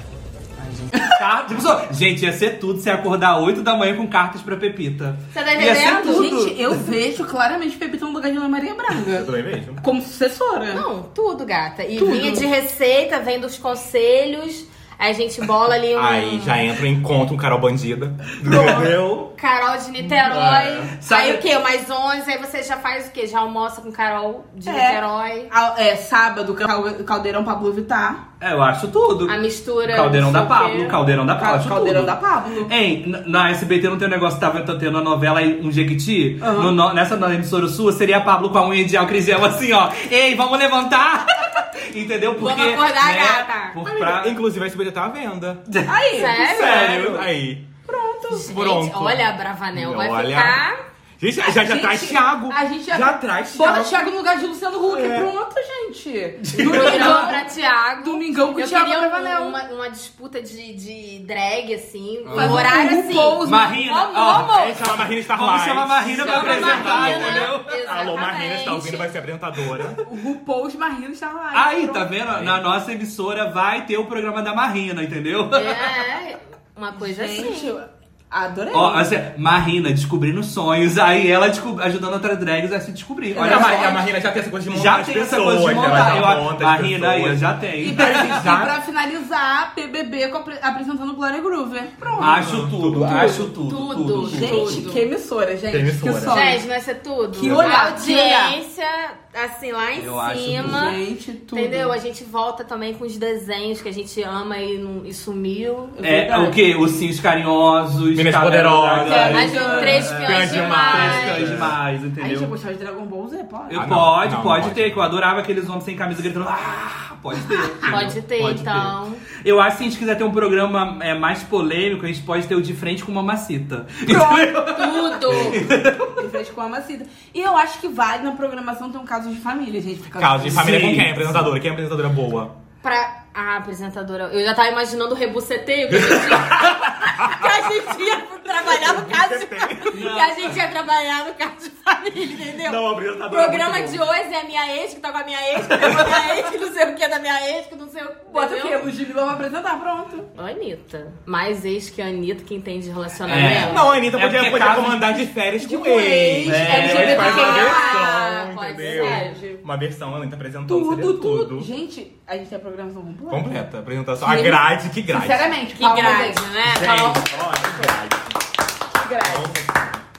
S1: Tá? Tipo, só- gente, ia ser tudo se acordar 8 da manhã com cartas pra Pepita.
S2: Você tá
S1: Ia ser
S2: entendendo?
S1: tudo.
S4: Gente, eu vejo claramente Pepita no lugar de Ana Maria Braga.
S3: Tudo bem mesmo?
S4: Como sucessora.
S2: Não, tudo, gata. E
S4: Tudo.
S2: linha de receita, vem dos conselhos. Aí a gente bola ali um
S3: Aí já entra o encontro com Carol Bandida. Entendeu?
S2: Carol de Niterói.
S1: Sabe-
S2: Aí o quê? Mais 11. Aí você já faz o quê? Já almoça com Carol de
S4: É.
S2: Niterói.
S4: A- É, sábado, Cal- Caldeirão Pablo Vittar.
S1: É, eu acho tudo.
S2: A mistura. é
S1: Caldeirão da
S2: não sei o quê.
S1: Pablo, Caldeirão da Pablo. acho
S4: Caldeirão
S1: tudo.
S4: da Pablo.
S1: Hein, n- na SBT não tem um negócio que tava tá tendo a novela aí, um Jequiti? No, no- nessa na emissora sua seria a Pablo com a unha de alcrigel assim, ó. Ei, vamos levantar! *laughs* Entendeu? Porque.
S2: Vamos acordar,
S1: né,
S2: gata.
S1: por-
S3: Amiga,
S1: pra-
S3: Inclusive, a SBT tá à venda.
S4: Aí,
S2: É Sério?
S3: Sério? Aí.
S2: Gente,
S3: Bronco.
S2: olha a Bravanel. Né, Vai
S3: Olha.
S2: ficar...
S3: Gente, já, já
S4: Gente,
S3: traz Thiago.
S4: a gente já-
S3: traz
S4: bota
S3: Thiago.
S4: Thiago no lugar de Luciano Huck.
S3: É.
S4: Pronto, gente.
S2: Domingão pra
S4: Domingão,
S2: Tiago.
S4: Domingão com o
S2: Eu
S4: Thiago
S2: queria
S4: da
S2: uma,
S4: Vanel.
S2: uma, uma disputa de, de drag, assim.
S4: Fazer
S2: Um horário
S4: um
S2: assim.
S4: RuPaul's
S1: Marina,
S2: Vamos,
S1: ó,
S2: vamos.
S3: Aí chama a Marina Star
S1: Vamos
S3: Live.
S1: chamar a Marina pra
S2: Chama a
S1: apresentar,
S2: Marina.
S1: entendeu?
S3: Alô, Marina,
S2: Exatamente.
S3: está ouvindo, vai ser apresentadora.
S4: O RuPaul's Marino está lá.
S1: Aí, tá vendo? Na nossa emissora vai ter o programa da Marina, entendeu?
S2: É, uma coisa
S4: Gente,
S2: assim.
S4: eu adorei.
S1: Ó, assim, Marina descobrindo sonhos, aí ela desco- ajudando outras drags a se descobrir. Olha,
S3: a, Marina, a
S1: Marina,
S3: Marina já tem essa coisa de é montar
S1: já
S3: as
S1: tem essa
S3: pessoas. né?
S1: coisa de montar.
S3: Ela
S1: Eu,
S3: já monta as
S1: Marina, aí, eu
S3: pessoas. Então,
S1: já
S4: E
S1: tenho.
S4: pra, e
S1: *laughs*
S3: Já?
S4: pra finalizar, PBB com a pre- apresentando Glória Groover. Pronto.
S3: Ah,
S1: Acho tudo, acho tudo.
S2: Tudo,
S1: Tudo, tudo.
S2: gente.
S4: que emissora, gente.
S3: Que emissora.
S4: Que sonho.
S2: Gente, não ia ser tudo?
S4: Que olhar,
S2: Audiência, assim, lá em
S1: Eu acho
S2: cima.
S4: Gente, tudo.
S2: Entendeu? A gente volta também com os desenhos que a gente ama e, não- e sumiu.
S1: É, o quê? Ursinhos carinhosos,
S3: Meninas
S1: cabelo
S3: poderosas.
S1: dourado.
S2: As três
S3: Cães
S1: Três
S3: demais.
S2: peões um demais.
S1: cães demais,
S4: A gente ia
S1: entendeu?
S4: gostar de Dragon Ball Z, pode?
S1: Eu
S3: Ah, não,
S1: pode,
S3: não,
S1: pode
S3: pode.
S1: ter, que eu adorava aqueles homens sem camisa gritando. Ah, pode ter.
S2: Pode
S3: *laughs*
S2: ter,
S3: Pode ter.
S2: então.
S1: Eu acho que se a gente quiser ter um programa é, mais polêmico, a gente pode ter o de frente com uma macita.
S2: Tudo!
S4: Em frente com a Macida. E eu acho que vale na programação ter um caso de família, gente. porque-
S3: Caso de família
S1: Sim.
S3: com quem? é Apresentadora. Quem é apresentadora boa?
S2: Pra. A apresentadora. Eu já tava imaginando o rebuceteio que a gente ia. que a gente ia trabalhar no caso de família. Que a gente ia trabalhar no caso de família, entendeu?
S3: Não, apresentadora.
S2: O programa
S3: muito
S2: de
S3: boa.
S2: hoje é a minha ex, que tá com a minha ex, que tá com a minha ex, que não sei o que, é da minha ex, que não sei o que.
S4: Bota o quê?
S2: entendeu?
S4: O Ludmilla vai apresentar, pronto.
S2: Anitta. Mais ex que a Anitta, que entende de
S1: É.
S2: relacionamento.
S3: Não, a Anitta
S1: É
S3: podia,
S1: porque
S3: podia
S1: caso de-
S3: comandar de férias com
S4: ex,
S3: ele.
S1: é,
S3: Ele faz uma
S1: LGBTQIA+,
S3: versão,
S2: pode
S3: entendeu?
S2: ser.
S3: uma versão, ela apresentou,
S4: Tudo,
S3: Então seria
S4: tudo, Gente, a gente tem a programação completa.
S3: Completa, apresentação. A
S4: Gente,
S3: grade, que grade.
S4: Sinceramente,
S2: Que
S4: Paulo
S2: grade,
S4: Rodrigues,
S2: né?
S3: Gente,
S2: Falou-
S3: olha, que grade.
S4: que grade.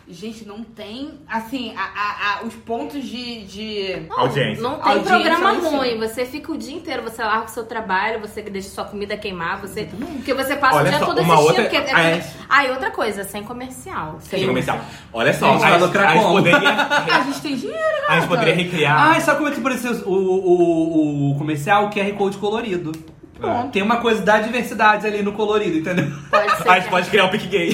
S4: Gente, não tem, assim, a, a- a- os pontos de... de-
S2: Não,
S3: Audiência.
S2: Não tem
S4: Audiência
S2: programa
S4: lá em cima.
S2: ruim. Você fica o dia inteiro, você larga o seu trabalho, você deixa sua comida queimar, você. Porque você passa
S3: Olha
S2: o dia
S3: só,
S2: todo
S3: uma
S2: assistindo.
S3: outra-
S2: Porque... é-
S3: Ah, é.
S2: Ah, e outra coisa, sem comercial.
S3: Sem um comercial. Olha só,
S1: A gente vai
S3: a gente,
S1: lucrar
S3: a gente
S1: como?
S3: poderia,
S4: A gente tem dinheiro,
S3: É. a gente
S4: gata.
S3: poderia recriar.
S1: Ah, sabe como é que parecia o, o, o comercial? O QR Code colorido.
S2: É.
S4: Pronto.
S1: Tem uma coisa da diversidade ali no colorido, entendeu?
S2: *laughs* Pode ser.
S3: a gente pode criar o pique gay.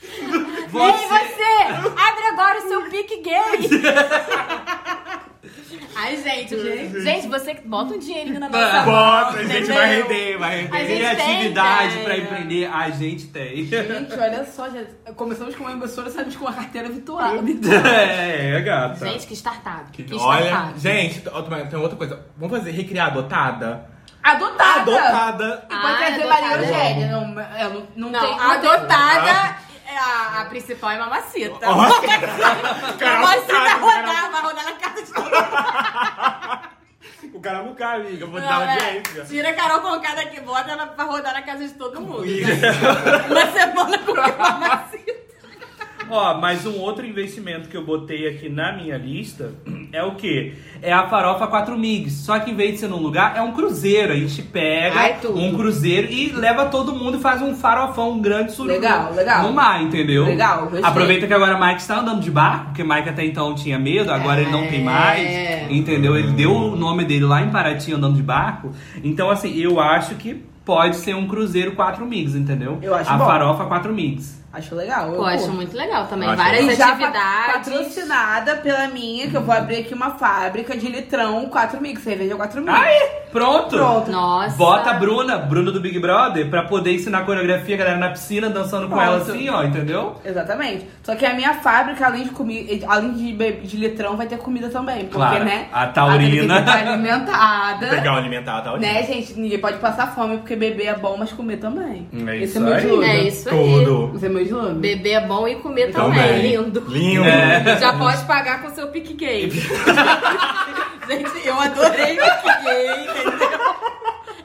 S2: Ei, você! Abre agora o seu
S3: *laughs*
S2: pique gay! Ai, gente, gente, gente, você bota um dinheirinho na nossa mão.
S3: *laughs* Bota, a gente vai
S2: entendeu?
S3: render, vai
S2: A
S3: render.
S2: gente tem é.
S1: Criatividade pra
S2: ideia.
S1: empreender, a gente tem.
S4: Gente, olha só, já começamos com uma emissora, sabe, com uma carteira virtual.
S1: É, gata.
S2: Gente, que startup. Que,
S3: Olha,
S2: startup.
S3: gente, ó, tem outra coisa. Vamos fazer recriar adotada?
S4: Adotada!
S3: Adotada.
S4: E
S2: Ah,
S4: pode trazer
S2: adotada.
S4: Maria Eugênia. Não, é, não, não,
S2: Não,
S4: tem...
S2: a
S4: não tem-
S2: adotada, é a, a principal é mamacita.
S3: Ó,
S2: a
S3: cara,
S2: mamacita
S3: cara,
S2: rodar, vai rodar na casa de todo mundo.
S3: O cara não cai, amiga. Eu Vou
S2: Não,
S3: dar
S2: é.
S3: audiência.
S2: Tira a Carol Conká daqui, bota ela pra rodar na casa de todo mundo. Uma semana com mamacita.
S1: Ó, mas um outro investimento que eu botei aqui na minha lista *clears throat* é o quê? É a farofa 4 migs. Só que em vez de ser num lugar, é um cruzeiro. A gente pega
S2: Ai, tudo.
S1: um cruzeiro e leva todo mundo e faz um farofão grande sururu
S4: Legal, legal.
S1: no mar, entendeu?
S4: Legal, gostei.
S1: Aproveita que agora o Mike está andando de barco, porque Mike até então tinha medo, agora ele não
S4: É.
S1: tem mais. Entendeu? Ele deu o nome dele lá em Paraty andando de barco. Então, assim, eu acho que pode ser um cruzeiro 4 migs, entendeu?
S4: Eu acho
S1: a
S4: bom.
S1: farofa 4 migs.
S4: Acho legal. eu
S2: Pô, acho
S4: curto.
S2: muito legal também.
S3: Acho
S2: Várias
S4: E já pa-
S2: atividades.
S4: patrocinada pela minha, que eu vou abrir aqui uma fábrica de litrão 4 mix, cerveja 4 mix.
S1: Aí, pronto.
S4: Pronto.
S2: Nossa.
S1: Bota a Bruna, Bruna do Big Brother, pra poder ensinar coreografia, a galera na piscina, dançando com
S4: Pronto.
S1: ela assim, ó, entendeu?
S4: Exatamente. Só que a minha fábrica, além de comida, além de, be- de litrão, vai ter comida também. Porque,
S1: Claro,
S4: né?
S1: a taurina.
S4: A tá alimentada.
S3: Pegar o alimentar, tá?
S4: Né, gente? Ninguém pode passar fome, porque beber é bom, mas comer também.
S1: É
S4: Esse
S1: isso
S4: é meu
S1: aí.
S4: slogan.
S2: É isso aí.
S3: Tudo.
S4: Esse é meu slogan.
S2: Beber é bom e comer também.
S3: Também. É.
S2: Lindo.
S3: Lindo.
S2: Já pode pagar com seu pique gay. Gente, eu *laughs* adorei o pique gay, entendeu?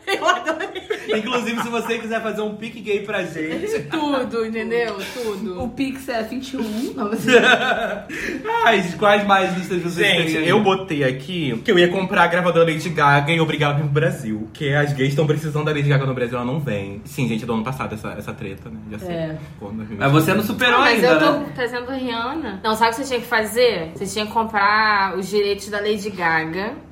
S2: Eu adorei
S1: Inclusive, se você quiser fazer um pique gay pra gente.
S2: *laughs* tudo, entendeu?
S4: O
S2: Tudo.
S4: Pix é 21, não,
S1: *laughs*
S4: mas- um
S1: Ai, quais mais listas vocês têm?
S3: Gente,
S1: aí?
S3: eu botei aqui que eu ia comprar a gravadora Lady Gaga e obrigar ela a vir pro Brasil. Que as gays estão precisando da Lady Gaga no Brasil, ela não vem. Sim, gente, é do ano passado essa, essa treta, né? Já sei.
S4: É.
S3: Quando,
S1: Mas você não superou
S2: Ah, mas
S1: ainda,
S2: eu tô
S1: né?
S2: trazendo Rihanna. Não, sabe o que você tinha que fazer? Você tinha que comprar os direitos da Lady Gaga.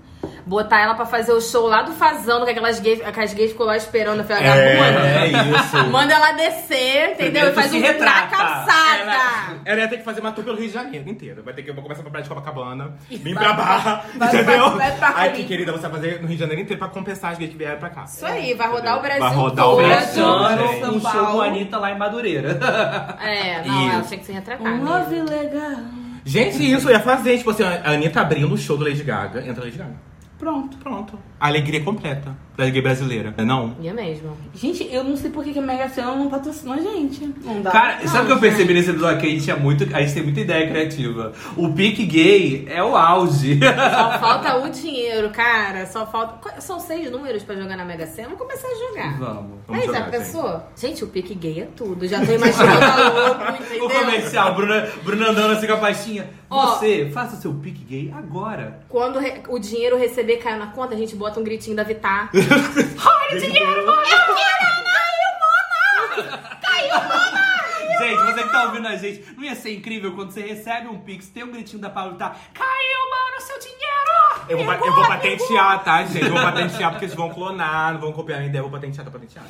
S2: Botar ela pra fazer o show lá do Fazano, que aquelas gays, que as gays ficou lá esperando, foi vagabunda.
S3: É, é isso.
S2: né? Manda ela descer, entendeu?
S1: Primeiro
S2: E faz
S1: tu
S2: um
S1: se
S2: na
S1: retrata.
S2: calçada.
S3: Ela, ela ia ter que fazer uma tour pelo Rio de Janeiro inteiro. Vai ter que eu vou começar pra Praia de Copacabana, vim pra Barra,
S4: vai-
S3: entendeu?
S4: vai- vai pra
S3: Aí,
S4: Caribe.
S3: querida, você vai fazer no Rio de Janeiro inteiro pra compensar as gays que vieram pra cá.
S2: Isso aí, vai rodar o Brasil
S3: Vai rodar o
S2: todo.
S3: Brasil,
S1: Fechando
S4: São
S1: um show com
S4: Paulo.
S1: a Anitta lá em Madureira. *laughs*
S2: É, não, ela
S3: Isso.
S2: tinha que se retratar.
S4: Um
S2: né?
S4: love legal.
S3: Gente, isso eu ia fazer. Tipo assim, a Anitta abrindo o show do Lady Gaga, entra a Lady Gaga.
S4: Pronto.
S3: Pronto. A alegria completa da gay brasileira. Não é Não?
S2: Ia mesmo.
S4: Gente, eu não sei por que que a Mega Sena não patrocinou a gente. Não dá.
S1: Cara, sabe o que eu
S2: gente.
S1: percebi nesse episódio? Que a gente, tinha muito, a gente tem muita ideia criativa. O pique gay é o auge. *laughs*
S2: Só falta o dinheiro, cara. Só falta. Qu- São seis números pra jogar na Mega Sena. Vamos começar a jogar.
S1: Vamos.
S3: Vamos
S2: Aí, já
S3: jogar,
S2: pensou? Gente, o pique gay é tudo. Já
S3: *laughs*
S2: tô imaginando a louco,
S1: O
S2: entendeu?
S1: comercial, Bruna, Bruna andando assim com a pastinha.
S2: Ó.
S1: Você, faça seu pique gay agora.
S2: Quando re- o dinheiro receber caiu na conta, a gente bota um gritinho
S3: *laughs*
S2: da Vitar. né?
S1: Gente, você que tá ouvindo a gente, não ia ser incrível quando você recebe um pix, tem um gritinho da Paula e tá Caiu, mano, seu dinheiro!
S3: Eu vou, pa- eu vou patentear, tá, gente? Eu vou patentear porque eles vão clonar, não vão copiar a minha ideia, eu vou patentear, tá patenteado.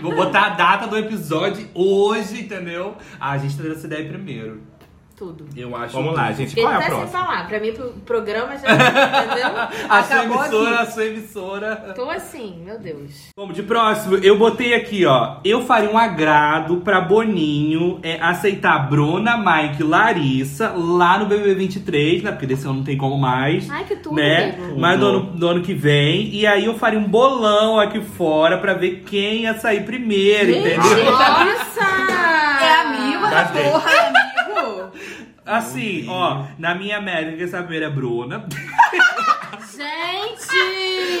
S1: Vou botar a data do episódio hoje, entendeu? Ah, a gente tá dando essa ideia primeiro.
S2: Tudo.
S1: Eu acho.
S3: Vamos lá, gente.
S2: Fiquei
S3: Qual é a
S2: até sem
S3: próxima?
S2: falar. Pra mim, pro programa
S3: *laughs*
S2: já. Entendeu?
S1: *laughs* A sua
S2: Acabou
S1: emissora,
S2: aqui.
S1: a sua emissora.
S2: Tô assim, meu Deus.
S1: Vamos de próximo. Eu botei aqui, ó. Eu faria um agrado pra Boninho é, aceitar Bruna, Mike, Larissa lá no BBB 23, né? Porque desse ano não tem como mais.
S2: Ai, que tudo,
S1: né?
S2: amigo.
S1: Mas do ano, do ano que vem. E aí eu faria um bolão aqui fora pra ver quem ia sair primeiro, entendeu?
S2: Nossa!
S4: É amigo da
S3: Gastei.
S4: porra, é amigo.
S1: Assim, ó, na minha métrica, quem sai primeiro é Bruna.
S2: Gente!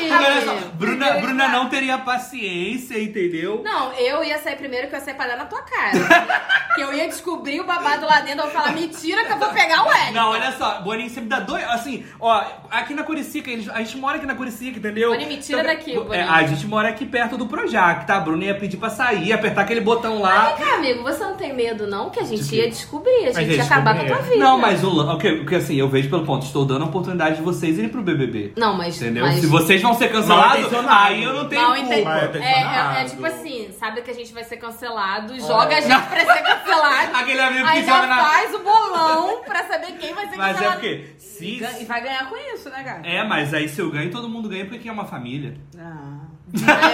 S1: Porque *laughs* olha só, Bruna, Bruna não teria paciência, entendeu?
S2: Não, eu ia sair primeiro que eu ia sair palhar na
S4: *laughs*
S2: tua cara. que eu ia descobrir o babado lá dentro, eu ia falar, mentira que eu vou pegar o Eric.
S1: Não, olha só, Boninho sempre dá dois. Assim, ó, aqui na Curicica, eles- a gente mora aqui na Curicica, entendeu?
S2: Boninho, me tira daqui,
S1: é,
S2: Boninho.
S1: a gente mora aqui perto do Projac, tá? A Bruna ia pedir pra sair, apertar aquele botão lá.
S2: Cara, amigo, você não tem medo não que a gente ia descobrir, a
S3: A
S2: gente
S3: gente
S2: ia acabar com a tua
S3: descobria.
S2: vida.
S1: Não, mas o lan- o que o que, assim, eu vejo pelo ponto, estou dando a oportunidade de vocês irem pro BBB.
S2: Não, mas...
S1: Entendeu?
S2: mas-
S1: Se vocês vão ser cancelados,
S3: intencionado.
S1: aí eu não tenho
S2: Mal
S1: culpa.
S2: entendido.
S3: Mal intencionado.
S1: ah,
S2: É, é, é tipo assim, sabe que a gente vai ser cancelado, joga a gente pra ser cancelado,
S1: Aquele amigo que
S2: aí já
S1: joga na.
S2: faz o bolão pra saber quem vai ser
S1: Mas é
S2: cancelado.
S1: porque.
S4: E
S1: Se...
S4: gan- E vai ganhar com isso, né, cara?
S1: É, mas aí se eu ganho, todo mundo ganha porque aqui é uma família.
S4: Ah.
S2: *laughs*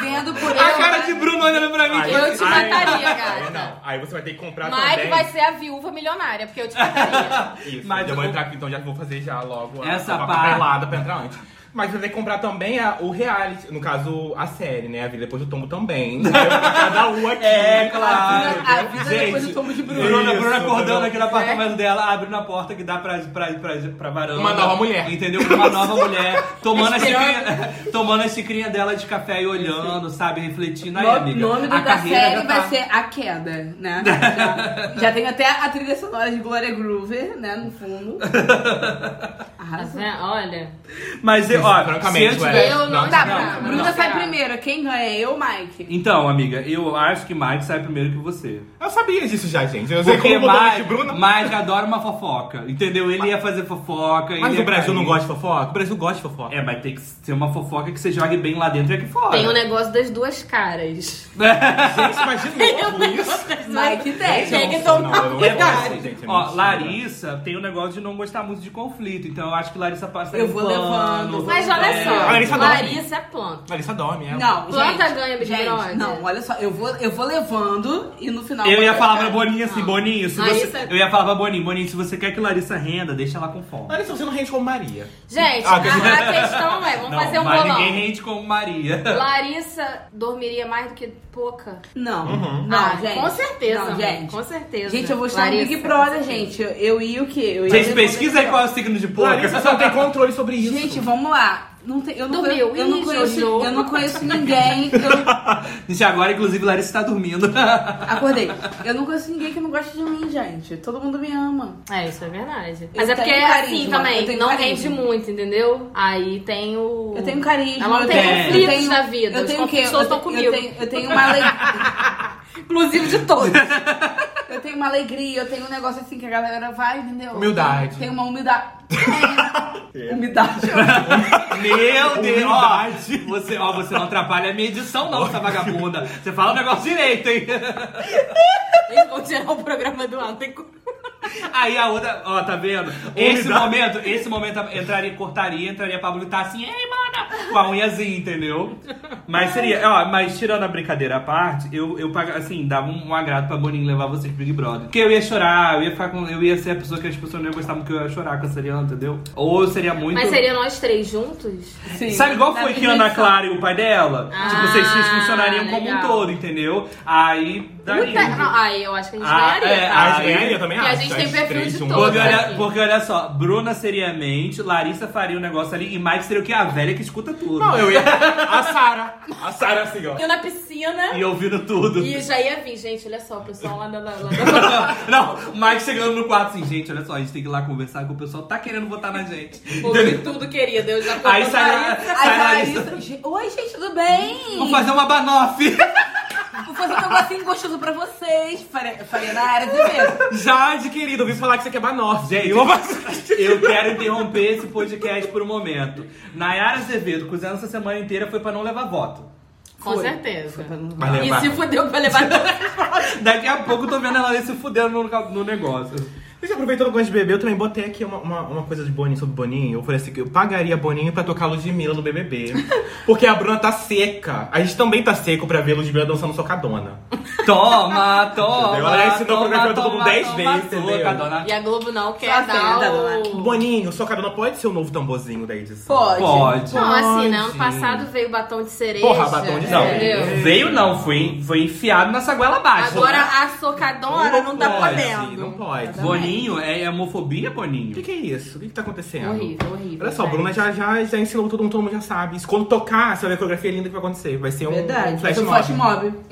S2: Vendo por
S1: A
S2: eu,
S1: cara de Bruno olhando pra mim.
S3: Aí-
S1: tipo,
S2: eu te
S3: aí-
S2: mataria,
S3: Aí é,
S2: gata.
S3: não. Aí você vai ter que comprar
S2: Mike
S1: Tá
S3: também.
S2: vai ser a viúva milionária, porque eu te
S4: Tá
S2: mataria.
S3: Isso,
S1: assim, Mas
S3: eu vou
S1: o-
S3: entrar aqui, então já vou fazer já logo a-
S1: Essa
S3: a
S1: parte.
S3: papelada pra entrar antes. Mas você vai ter que comprar também a- o reality, no caso, a série, né? A vida depois do tombo também.
S1: *laughs*
S3: Aí eu vou pra cada um aqui.
S1: É, claro.
S4: A vida depois do tombo de É. Bruno.
S1: Bruna,
S3: Isso,
S1: Bruna acordando
S3: Bruna.
S1: aqui no apartamento dela, abrindo a porta que dá pra, pra, pra, pra varanda.
S3: Uma nova mulher.
S1: Entendeu? Uma nova mulher. Tomando a, xicrinha, *laughs* tomando a xicrinha dela de café e olhando, sabe? Refletindo. Aí,
S4: O
S1: é amiga,
S4: nome
S1: a
S4: do- da
S1: carreira
S4: série
S1: já tá...
S4: vai ser A Queda,
S1: *laughs*
S4: né? Já, já tem até a trilha sonora de Gloria Groover, né, no
S1: *laughs*
S4: fundo. Arrasa.
S2: Olha,
S1: Mas, eu, ó, se
S3: Ah, Francamente,
S1: eu
S3: ué.
S1: tivesse...
S2: eu não,
S3: não,
S2: dá
S1: não,
S2: pra.
S4: Tá, Bruna
S2: não
S4: sai
S2: será.
S4: primeiro, quem ganha é eu, Mike.
S1: Então, amiga, eu acho que Mike sai primeiro que você.
S3: Eu sabia disso já, gente. Eu sei
S1: Porque
S3: como mudou de
S1: Mike,
S3: Bruno.
S1: Mike adora uma fofoca, entendeu? Ele ia fazer fofoca. ele
S3: Mas
S1: ia
S3: o Brasil não
S1: cair.
S3: gosta de fofoca? O Brasil gosta de fofoca.
S1: É, mas tem que ser uma fofoca que você jogue bem lá dentro e aqui fora.
S4: um
S2: Tem o negócio das duas
S3: Gente,
S2: caras. *laughs*
S3: imagina isso.
S4: Mike tem.
S2: Tem que
S3: Não,
S2: tomar.
S3: não, eu não gosto,
S1: Verdade.
S3: gente. é
S1: Ó,
S3: mentira.
S1: Larissa tem o negócio de não gostar muito de conflito, então eu acho que Larissa passa
S4: Eu
S1: em
S4: vou
S1: pano.
S4: levando.
S2: Mas olha
S1: É.
S2: só,
S3: A Larissa
S2: Larissa,
S3: dorme.
S2: é planta.
S3: Larissa dorme, é. ela.
S4: Não,
S2: Planta
S4: gente,
S2: ganha Big
S4: gente,
S2: Brother.
S4: Não, olha só, eu vou, eu vou levando e no final...
S1: Eu ia
S4: vou-
S1: falar pra Boninho assim,
S2: Não.
S1: Boninho, se
S2: Larissa-
S1: você. Eu ia falar pra Boninho, Boninho, se você quer que Larissa renda, deixa ela com fome.
S3: Larissa, você não rende como Maria.
S2: Gente,
S3: Ah,
S2: a,
S3: que-
S2: a questão é, vamos
S1: Não,
S2: fazer um
S1: mas
S2: bolão.
S1: ninguém rende como Maria.
S2: Larissa dormiria mais do que pouca.
S4: Não,
S1: Uhum.
S4: não,
S2: Ah,
S4: gente.
S2: com certeza,
S4: Não,
S2: amor,
S4: gente.
S2: com certeza.
S4: Gente, eu vou estar
S2: Larissa,
S4: no Big
S2: com
S4: Brother,
S2: certeza.
S4: gente. Eu ia o quê? Eu ia
S1: Gente,
S4: ver-
S1: pesquisa aí qual é o signo de porco.
S3: Larissa, você não tem
S1: tá
S3: controle sobre isso.
S4: Gente, vamos lá. Não tem, eu, não
S2: Dormiu.
S4: conheço, eu, não
S2: Ih,
S4: conheço,
S2: Jojo.
S4: eu não conheço ninguém. Eu
S1: *laughs* Gente, agora, inclusive, Larissa tá dormindo. *laughs*
S4: acordei. Eu não conheço ninguém que não gosta de mim, gente. Todo mundo me ama.
S2: É, isso é verdade.
S4: Eu
S2: Mas é porque
S4: tenho
S2: assim
S4: carisma, eu
S2: também,
S4: tenho
S2: não
S4: carisma.
S2: rende muito, entendeu? Aí tem o.
S4: Eu tenho carisma.
S2: Ela não
S4: eu
S2: tem
S4: tenho- Tipo, eu
S2: conflitos
S4: tenho-
S2: na vida,
S4: Eu
S2: os
S4: tenho o quê?
S2: conflitos
S4: Eu,
S2: estão
S4: te-
S2: comigo.
S4: eu tenho, eu tenho uma alegria.
S2: *laughs*
S4: Inclusive de todos. *laughs* Eu tenho uma alegria, eu tenho um negócio assim que a galera vai, entendeu?
S3: Humildade. É.
S4: Tenho uma
S3: *laughs*
S4: humildade.
S2: *laughs*
S4: Humildade.
S1: Meu Deus, ó,
S3: Humildade.
S1: você, ó, você não atrapalha a minha edição,
S3: *laughs*
S1: não, essa vagabunda. Você fala o negócio direito, hein?
S2: Eles vão tirar o programa do alto. tem co-
S1: Aí a outra, ó, tá vendo? Esse
S3: Unidade.
S1: momento, esse momento entraria, cortaria, entraria Pablo e tá assim, ei, mana! Com a unhazinha, entendeu? Mas seria, ó, mas tirando a brincadeira à parte, eu, eu paga- assim, dava um, um agrado pra Boninho levar vocês pro Big Brother. Porque eu ia chorar, eu ia ficar com. Eu ia ser a pessoa que as pessoas não iam gostar muito que eu ia chorar com a Seriana, entendeu? Ou eu seria muito.
S2: Mas seria nós três juntos?
S4: Sim.
S1: Sabe igual
S4: Na é
S1: foi que
S4: minha
S1: Ana
S4: edição.
S1: Clara e o pai dela?
S2: Ah,
S1: tipo, vocês funcionariam como um
S2: legal.
S1: todo, entendeu? Aí daria.
S2: Puta- Não, aí eu acho que a gente
S1: Ah,
S2: ganharia.
S1: é,
S2: tá?
S1: a
S3: Ah,
S1: gente-
S3: eu também
S2: E a
S3: acho.
S2: gente
S3: As
S2: tem perfil
S3: três
S2: de
S3: juntas.
S2: todos.
S1: Porque olha,
S2: aqui.
S1: porque olha só, Bruna seriamente, Larissa faria um negócio ali e Mike seria o quê? A velha que escuta tudo.
S3: Não, eu ia. A Sara. A Sara, assim, ó.
S2: Eu na piscina.
S1: E ouvindo tudo.
S2: E já ia vir, gente, olha só, o pessoal lá da. lá da-
S1: *laughs* Não, o Mike chegando no quarto assim, gente, olha só, a gente tem que ir lá conversar que o pessoal tá querendo votar na gente.
S2: Ouvi tudo, querida. Eu já
S1: Aí sai lá-
S2: Larissa.
S1: sai
S4: Aí
S1: lá,
S4: fala
S1: Larissa.
S4: isso. "Gente, Oi, gente, tudo bem?
S1: Vamos fazer uma *laughs* banofe.
S4: Vou fazer um negocinho gostoso pra vocês. Faria, faria na área de mesmo.
S3: Jade, querido, ouvi falar que você quer banoff.
S1: Gente,
S3: Eu vou-
S1: Eu quero interromper esse podcast por um momento. Nayara Azevedo, cozinhando essa semana inteira, foi pra não levar voto.
S2: Com
S4: Foi.
S2: certeza.
S3: Vai
S2: E
S3: levar.
S2: se fudeu pra levar.
S1: Daqui a pouco eu tô vendo ela ali se fudendo no, no negócio.
S3: E já aproveitando o gosto de BBB, eu também botei aqui uma, uma, uma coisa de Boninho sobre Boninho. Eu falei assim, que eu pagaria Boninho pra tocar Ludmilla no
S2: *laughs*
S3: BBB. Porque a Bruna tá seca. A gente também tá seco pra ver Ludmilla dançando socadona.
S1: Toma, toma.
S3: Entendeu? Ela ensinou
S1: toma,
S3: o programa todo
S1: toma,
S3: mundo dez
S1: toma,
S3: vezes,
S1: toma,
S3: entendeu?
S1: toma, dona.
S2: *laughs* E a Globo não
S4: Só
S2: quer
S4: a
S2: dar
S4: senda,
S2: o...
S3: Boninho, socadona pode ser o novo tamborzinho da edição?
S4: Pode.
S1: Pode.
S2: Não, assim, né? Ano
S3: Pode.
S2: passado veio batom de cereja.
S3: Porra, batom de
S1: Não, Ah,
S2: entendeu?
S3: cereja.
S1: veio não, foi, foi enfiado nessa goela abaixo.
S2: Agora a socadona não, tá
S1: pode,
S2: podendo.
S3: Não pode.
S1: Boninho é homofobia, Boninho?
S3: O que, que é isso? O que, que tá acontecendo?
S2: Horrível, horrível.
S3: Olha só, a
S2: gente.
S3: Bruna já, já, já ensinou todo mundo, todo mundo já sabe. Isso, Quando tocar, você vai ver a coreografia linda que vai acontecer. Vai ser um, um
S4: Verdade.
S3: flash
S4: Foi um
S3: mob.
S4: flash mob.
S1: *laughs*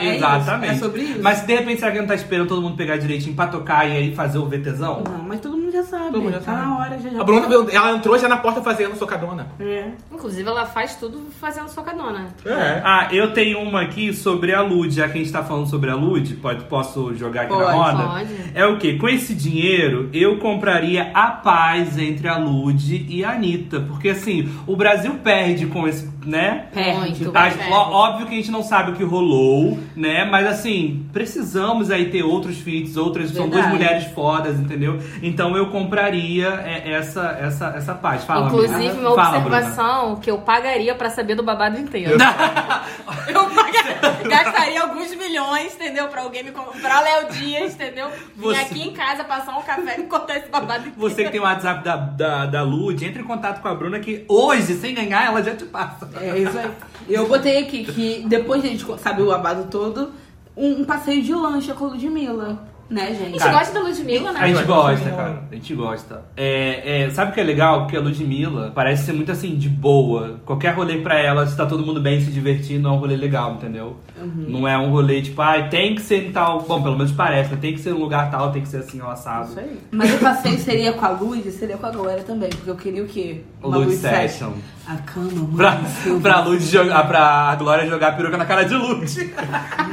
S1: Exatamente.
S4: isso, é sobre isso.
S1: Mas de repente, será que não tá esperando todo mundo pegar direitinho pra tocar e aí fazer o VTzão?
S4: Não, mas todo mundo já sabe.
S3: Todo mundo já
S4: tá
S3: sabe.
S4: na hora, já já.
S3: A Bruna, ela entrou já na porta fazendo socadona.
S4: É.
S2: Inclusive, ela faz tudo fazendo socadona.
S3: É.
S1: Ah, eu tenho uma aqui sobre a Lud, já que a gente tá falando sobre a Lud, pode, posso jogar aqui na
S4: Pode,
S1: roda?
S2: pode.
S1: É o quê? Com esse dinheiro, eu compraria a paz entre a Lud e a Anitta. Porque assim, o Brasil perde com esse, né?
S4: Perde.
S2: Muito.
S1: Tá,
S2: bem,
S1: ó- óbvio que a gente não sabe o que rolou, né? Mas assim, precisamos aí ter outros feats, outras. São duas
S4: Verdade.
S1: mulheres fodas, entendeu? Então eu compraria é, essa, essa, essa paz. Fala,
S2: Inclusive,
S1: amiga.
S2: uma
S1: Fala,
S2: observação que eu pagaria pra saber do babado *laughs* inteiro.
S1: Bruna.
S2: Eu pagaria, gastaria alguns milhões, entendeu? Pra alguém me comprar Léo Dias, entendeu? Vim
S1: Você-
S2: aqui em casa passar um café e me contar esse babado inteiro.
S1: Você que tem o WhatsApp da, da, da Lud, entre em contato com a Bruna que hoje, sem ganhar, ela já te passa.
S4: É isso aí. Eu botei aqui que depois de a gente saber o abado todo, um, um passeio de lancha com a Ludmilla. Né,
S2: A gente
S4: gente?
S1: Cara,
S2: gosta da Ludmilla, né?
S1: A
S4: é
S1: gente
S3: Mas
S1: gosta,
S3: não.
S1: cara. A gente gosta. É, é, sabe o que é legal? Porque a Ludmilla parece ser muito assim, de boa. Qualquer rolê pra ela, se tá todo mundo bem, se divertindo, é um rolê legal, entendeu?
S4: Uhum.
S1: Não é um rolê tipo, ai, tem que ser em tal. Bom, pelo menos parece, né? Tem que ser em um lugar tal, tem que ser assim, ó, assado.
S4: Isso aí. Mas o passeio seria com a Luz e seria com a galera também, porque eu queria o quê?
S1: O
S4: Uma
S1: Lud
S4: Luz
S1: Session.
S4: A cama, mano.
S1: Pra, *laughs*
S4: eu
S1: pra, Lud jogar, ah, pra Glória jogar a peruca na cara de Lud.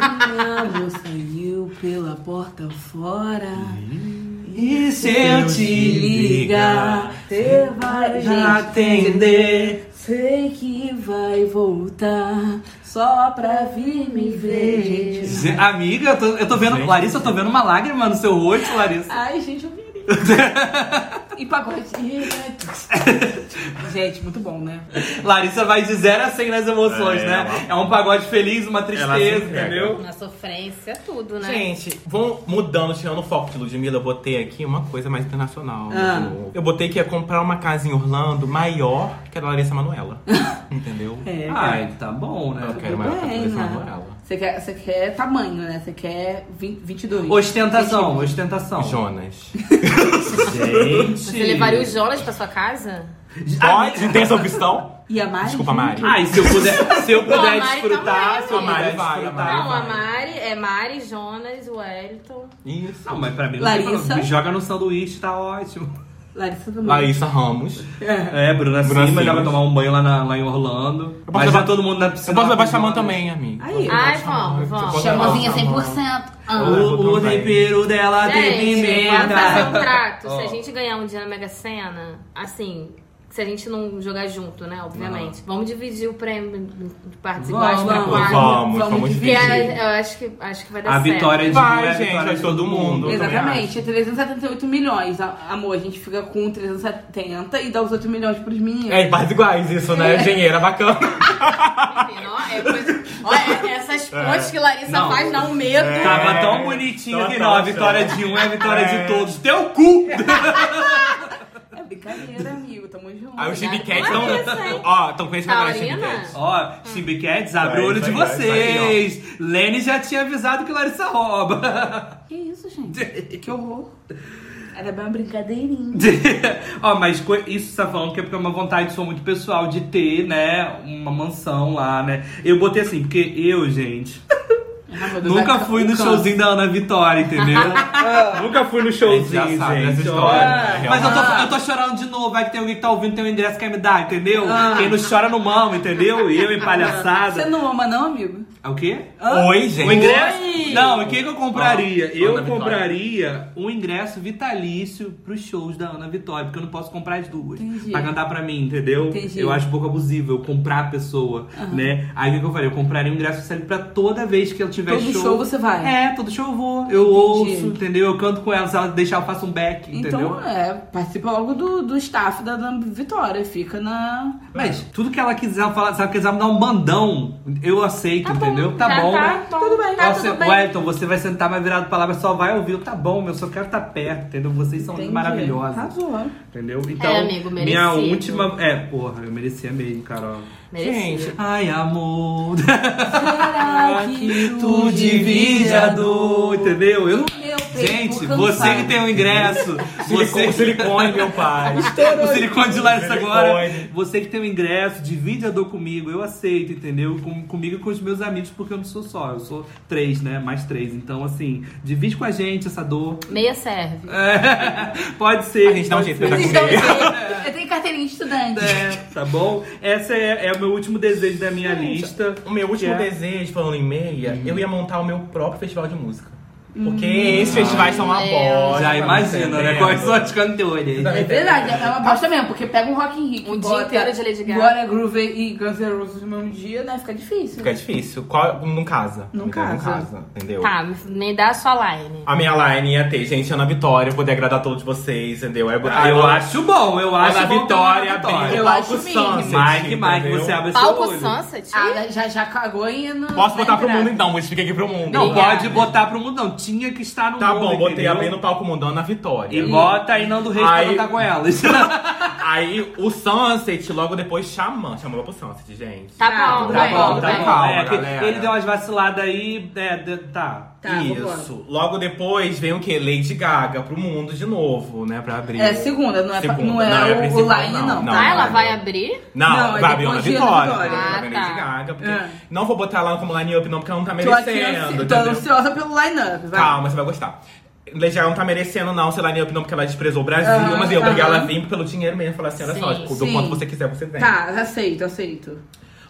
S4: amo, saiu Ah, pela porta fora.
S1: E se
S4: eu te ligar, você vai
S1: atender.
S4: Sei que vai voltar só pra vir me ver, gente.
S1: Zé- Amiga, eu tô, eu tô vendo.
S3: Gente.
S1: Larissa, eu tô vendo uma lágrima no seu rosto, Larissa.
S4: Ai, gente, eu virei. *laughs* e pagode. gente, muito bom, né?
S1: Larissa vai de 0 a 100 nas emoções,
S3: É,
S1: né? É um pagode feliz, uma
S3: Ela se
S1: tristeza,
S3: entrega.
S1: entendeu?
S2: Na sofrência, tudo, né?
S3: Gente, vão mudando, tirando o foco de Ludmilla, eu botei aqui uma coisa mais internacional.
S4: Ah.
S3: Eu botei que ia comprar uma casa em Orlando maior que a da
S4: *laughs*
S3: Larissa Manoela. Entendeu?
S4: É.
S1: Ai, tá bom, né?
S3: Eu quero maior que a da
S4: Bem,
S3: Larissa
S4: né?
S3: Manoela.
S4: Você quer, você quer tamanho, né? Você quer 20, 22.
S1: Ostentação, ostentação.
S4: *laughs*
S3: Jonas.
S1: Gente.
S2: Você levaria o Jonas pra sua casa?
S3: Pode? Tem essa opção?
S4: E a Mari? Ah.
S3: Desculpa, Mari.
S1: Ai, Ah, se eu puder,
S2: *laughs*
S1: se eu
S2: Não, a
S1: puder
S2: Mari tá
S1: desfrutar,
S2: também,
S1: se eu puder tá?
S3: amiga. A Mari vai,
S1: desfrutar.
S3: a
S2: Não, a Mari é Mari, Jonas, Wellington.
S3: Isso.
S1: Não, mas pra mim, não tem
S4: Larissa?
S1: problema. joga no sanduíche, tá ótimo.
S4: Larissa também.
S3: Larissa Ramos.
S1: É, Bruna,
S3: Bruna
S1: Simas, já vai
S3: Simas.
S1: tomar um banho lá, na- lá em Orlando.
S3: posso
S1: Mas
S3: levar-
S1: já todo mundo na piscina.
S3: é- Eu posso levar
S1: com
S3: chamando
S1: Jonas.
S3: também, amigo.
S4: Aí.
S2: Ai, vamos, vamos.
S5: Chamozinha 100%.
S1: O,
S5: Ah.
S3: Eu
S1: o
S3: vou também.
S1: tempero dela tem
S2: Gente, vamos fazer um
S1: pimenta.
S2: trato. Se
S1: Ó.
S2: a gente ganhar um dia na Mega Sena, assim, se a gente não jogar junto, né? Obviamente. Vamos dividir o prêmio de partes iguais pra
S4: vamos,
S2: quatro.
S3: Vamos, vamos
S2: Porque é,
S4: dividir.
S2: eu acho que, acho que vai dar
S1: A
S2: certo.
S1: vitória de
S3: Vai,
S1: Bruna é a
S3: gente,
S1: vitória
S3: vai
S1: de
S3: todo mundo. Eu também
S4: Exatamente, 378 milhões. A- Amor, a gente fica com 370 e dá os 8 milhões pros meninos.
S3: É, partes iguais, isso,
S2: *laughs*
S3: né? Dinheiro, bacana.
S2: Enfim, ó, é coisa- ó, é- essas pontes que Larissa
S1: Não.
S2: faz dá um medo.
S4: É.
S3: É.
S1: Tava tão bonitinho que não, a
S3: Total,
S1: vitória
S3: cara.
S1: de um é a vitória
S3: É.
S1: de todos. Teu cu!
S4: É brincadeira, amigo. Tamo junto. Né?
S3: Aí o Chibi Cat
S2: Olha
S3: tão.
S2: é isso, hein?
S3: Ó, então tão conhecendo agora o Chibi
S2: Taurina?
S3: Cat.
S1: Ó, Chibi Cats, abre
S3: É,
S1: o olho
S3: isso
S1: de
S3: aí, é isso aí,
S1: vocês. Lene já tinha avisado que Larissa rouba.
S4: Que isso, gente? que horror. Era bem uma brincadeirinha.
S1: *laughs* Ó, mas co- isso você tá falando que é porque é uma vontade sua muito pessoal de ter, né, uma mansão lá, né? Eu botei assim, porque eu, gente,
S4: Ah, meu Deus,
S1: nunca
S4: vai-
S1: fui
S4: o
S1: no
S4: câncer.
S1: showzinho da Ana Vitória, entendeu? *laughs* nunca fui no showzinho,
S3: A gente já sabe dessa
S1: gente. Ah.
S3: história, né?
S1: Olha. É. Mas eu tô, eu tô chorando de novo, vai que tem alguém que tá ouvindo, tem um endereço que quer me dar, entendeu?
S4: Ah.
S1: Quem não chora não mama, entendeu? Eu em
S4: Você
S1: palhaçada.
S4: não ama, não, amigo?
S1: É O quê?
S3: Oi, gente.
S1: O ingresso? Não, o que, que eu compraria?
S3: Ana
S1: eu
S3: Vitória.
S1: compraria um ingresso vitalício pros shows da Ana Vitória, porque eu não posso comprar as duas.
S4: Entendi.
S1: Pra cantar pra mim, entendeu?
S4: Entendi.
S1: Eu acho um pouco abusivo eu comprar a pessoa, né? Aí o que, que eu faria? Eu compraria um ingresso vitalício pra toda vez que ela tiver
S4: Todo show você vai.
S1: É, todo show eu vou. Eu
S4: Entendi.
S1: ouço, entendeu? Eu canto com ela, se ela deixar, eu faço um back, entendeu?
S4: Então, é, participa logo do, do staff da, da Vitória. Fica na.
S1: Mas tudo que ela quiser falar, se ela quiser me dar um bandão, eu aceito,
S2: Tá bom,
S1: entendeu? Tá
S2: já
S1: bom.
S2: tá, bom,
S4: Tudo bem.
S2: tá
S1: Ela,
S2: tudo
S1: você-
S2: bem.
S1: Wellington, então, você vai sentar mais virado pra lá, mas só vai ouvir. Eu, Tá bom, meu, só quero estar perto, entendeu? Vocês são
S4: Entendi. Tá
S1: maravilhosos.
S4: Arrasou.
S1: Entendeu? Então,
S2: amigo,
S1: minha
S2: merecido.
S1: última. É, porra, eu merecia mesmo, Carol.
S2: Merecido.
S3: Gente,
S1: Ai, amor. *laughs*
S4: Será que
S1: Tu divide a dor, entendeu? Eu não. Gente, você que tem o ingresso,
S3: silicone,
S1: você
S3: silicone, meu pai.
S1: o silicone de Larissa
S3: Silicone.
S1: agora. Você que tem o ingresso, divide a dor comigo, eu aceito, entendeu? Com- comigo e com os meus amigos, porque eu não sou só, eu sou três, né? Mais três. Então, assim, divide com a gente essa dor.
S2: Meia serve.
S1: Pode ser.
S3: É. A gente dá um
S1: pode
S3: jeito
S1: ser.
S3: pra
S1: *laughs*
S3: dar
S4: Então, eu tenho carteirinha de estudante.
S1: É, tá bom? Essa é, é o meu último desejo da minha lista.
S3: O meu último
S1: que é-
S3: desejo, falando em meia, eu ia montar o meu próprio festival de música. Porque esses festivais são uma
S2: Hum. Meu
S3: bosta. tá
S1: Já imagina, né? Quais são
S3: são
S1: as cantorias?
S4: É verdade, é uma bosta mesmo, porque pega um Rock in Rio.
S2: Um
S4: que
S2: dia
S4: bota
S2: inteiro de Lady Gaga.
S4: Gloria Groove e Guns N' Roses no mesmo dia, né? Fica difícil.
S3: Fica difícil. Qual, não casa.
S4: Não
S3: Não
S4: casa.
S3: casa, entendeu?
S2: Tá, me dá a sua line.
S3: A minha line ia ter, gente, Ana Vitória, eu poder agradar todos vocês, entendeu? Aí Ah, eu botar
S1: Ah, eu
S3: Ana-
S1: acho bom, eu acho
S3: Ana
S1: bom
S3: Vitória,
S1: ter uma
S3: abrir
S1: vitória.
S3: o
S4: Eu
S3: palco
S4: acho mínimo.
S3: Sunset,
S1: Mike, Mike,
S3: entendeu?
S1: você abre seu
S2: Palco
S1: olho.
S2: Sunset? Tá,
S4: Ah, já, já cagou e não.
S3: Posso botar pro mundo
S4: mundo
S3: então, mas fica aqui pro mundo.
S1: Não,
S4: Obrigada.
S1: pode botar pro mundo, não. Tinha que estar no
S3: Tá
S1: mundo,
S3: bom, botei
S1: entendeu?
S3: a bem no palco mundo, Ana Vitória.
S1: E bota aí não do resto pra
S3: Aí-
S1: cantar com elas.
S3: Tá Aí o Sunset, logo depois, Xamã. Chamava pro Sunset, gente.
S2: Tá bom,
S4: Tá
S2: tá
S4: bom, tá
S2: bom, tá bom.
S3: bom. calma,
S1: É, que
S3: galera.
S1: ele deu umas vaciladas aí, é, de- tá.
S4: Tá, vambora.
S3: Isso. Logo depois vem o quê? Lady Gaga pro mundo de novo, né? Pra abrir.
S4: É segunda, não é, pra-
S3: Segunda,
S4: não é,
S3: não, é
S4: o-
S3: a
S4: o,
S3: principal,
S4: line,
S3: não.
S4: não.
S3: Não.
S2: Tá, ela
S3: não.
S2: vai abrir?
S3: Não,
S4: Não, é
S3: vai abrir uma
S4: depois de
S3: vitória.
S4: Ana Vitória.
S3: Vai abrir
S2: Ah,
S3: Lady
S2: tá.
S3: Gaga, porque
S4: É.
S3: não vou botar ela como line-up, não, porque ela não tá
S4: Tô aqui ansi-
S3: merecendo.
S4: tô
S3: entendeu?
S4: ansiosa pelo line-up, vai.
S3: Calma, você vai gostar. Lady Gaga não tá merecendo, não, sei lá, nem up, não, porque ela desprezou o Brasil,
S4: Aham,
S3: mas eu peguei
S4: aham.
S3: ela vir pelo dinheiro mesmo. Falei assim, olha só,
S2: Sim,
S3: tipo, do
S4: sim.
S3: quanto você quiser, você vem.
S4: Tá, aceito, aceito.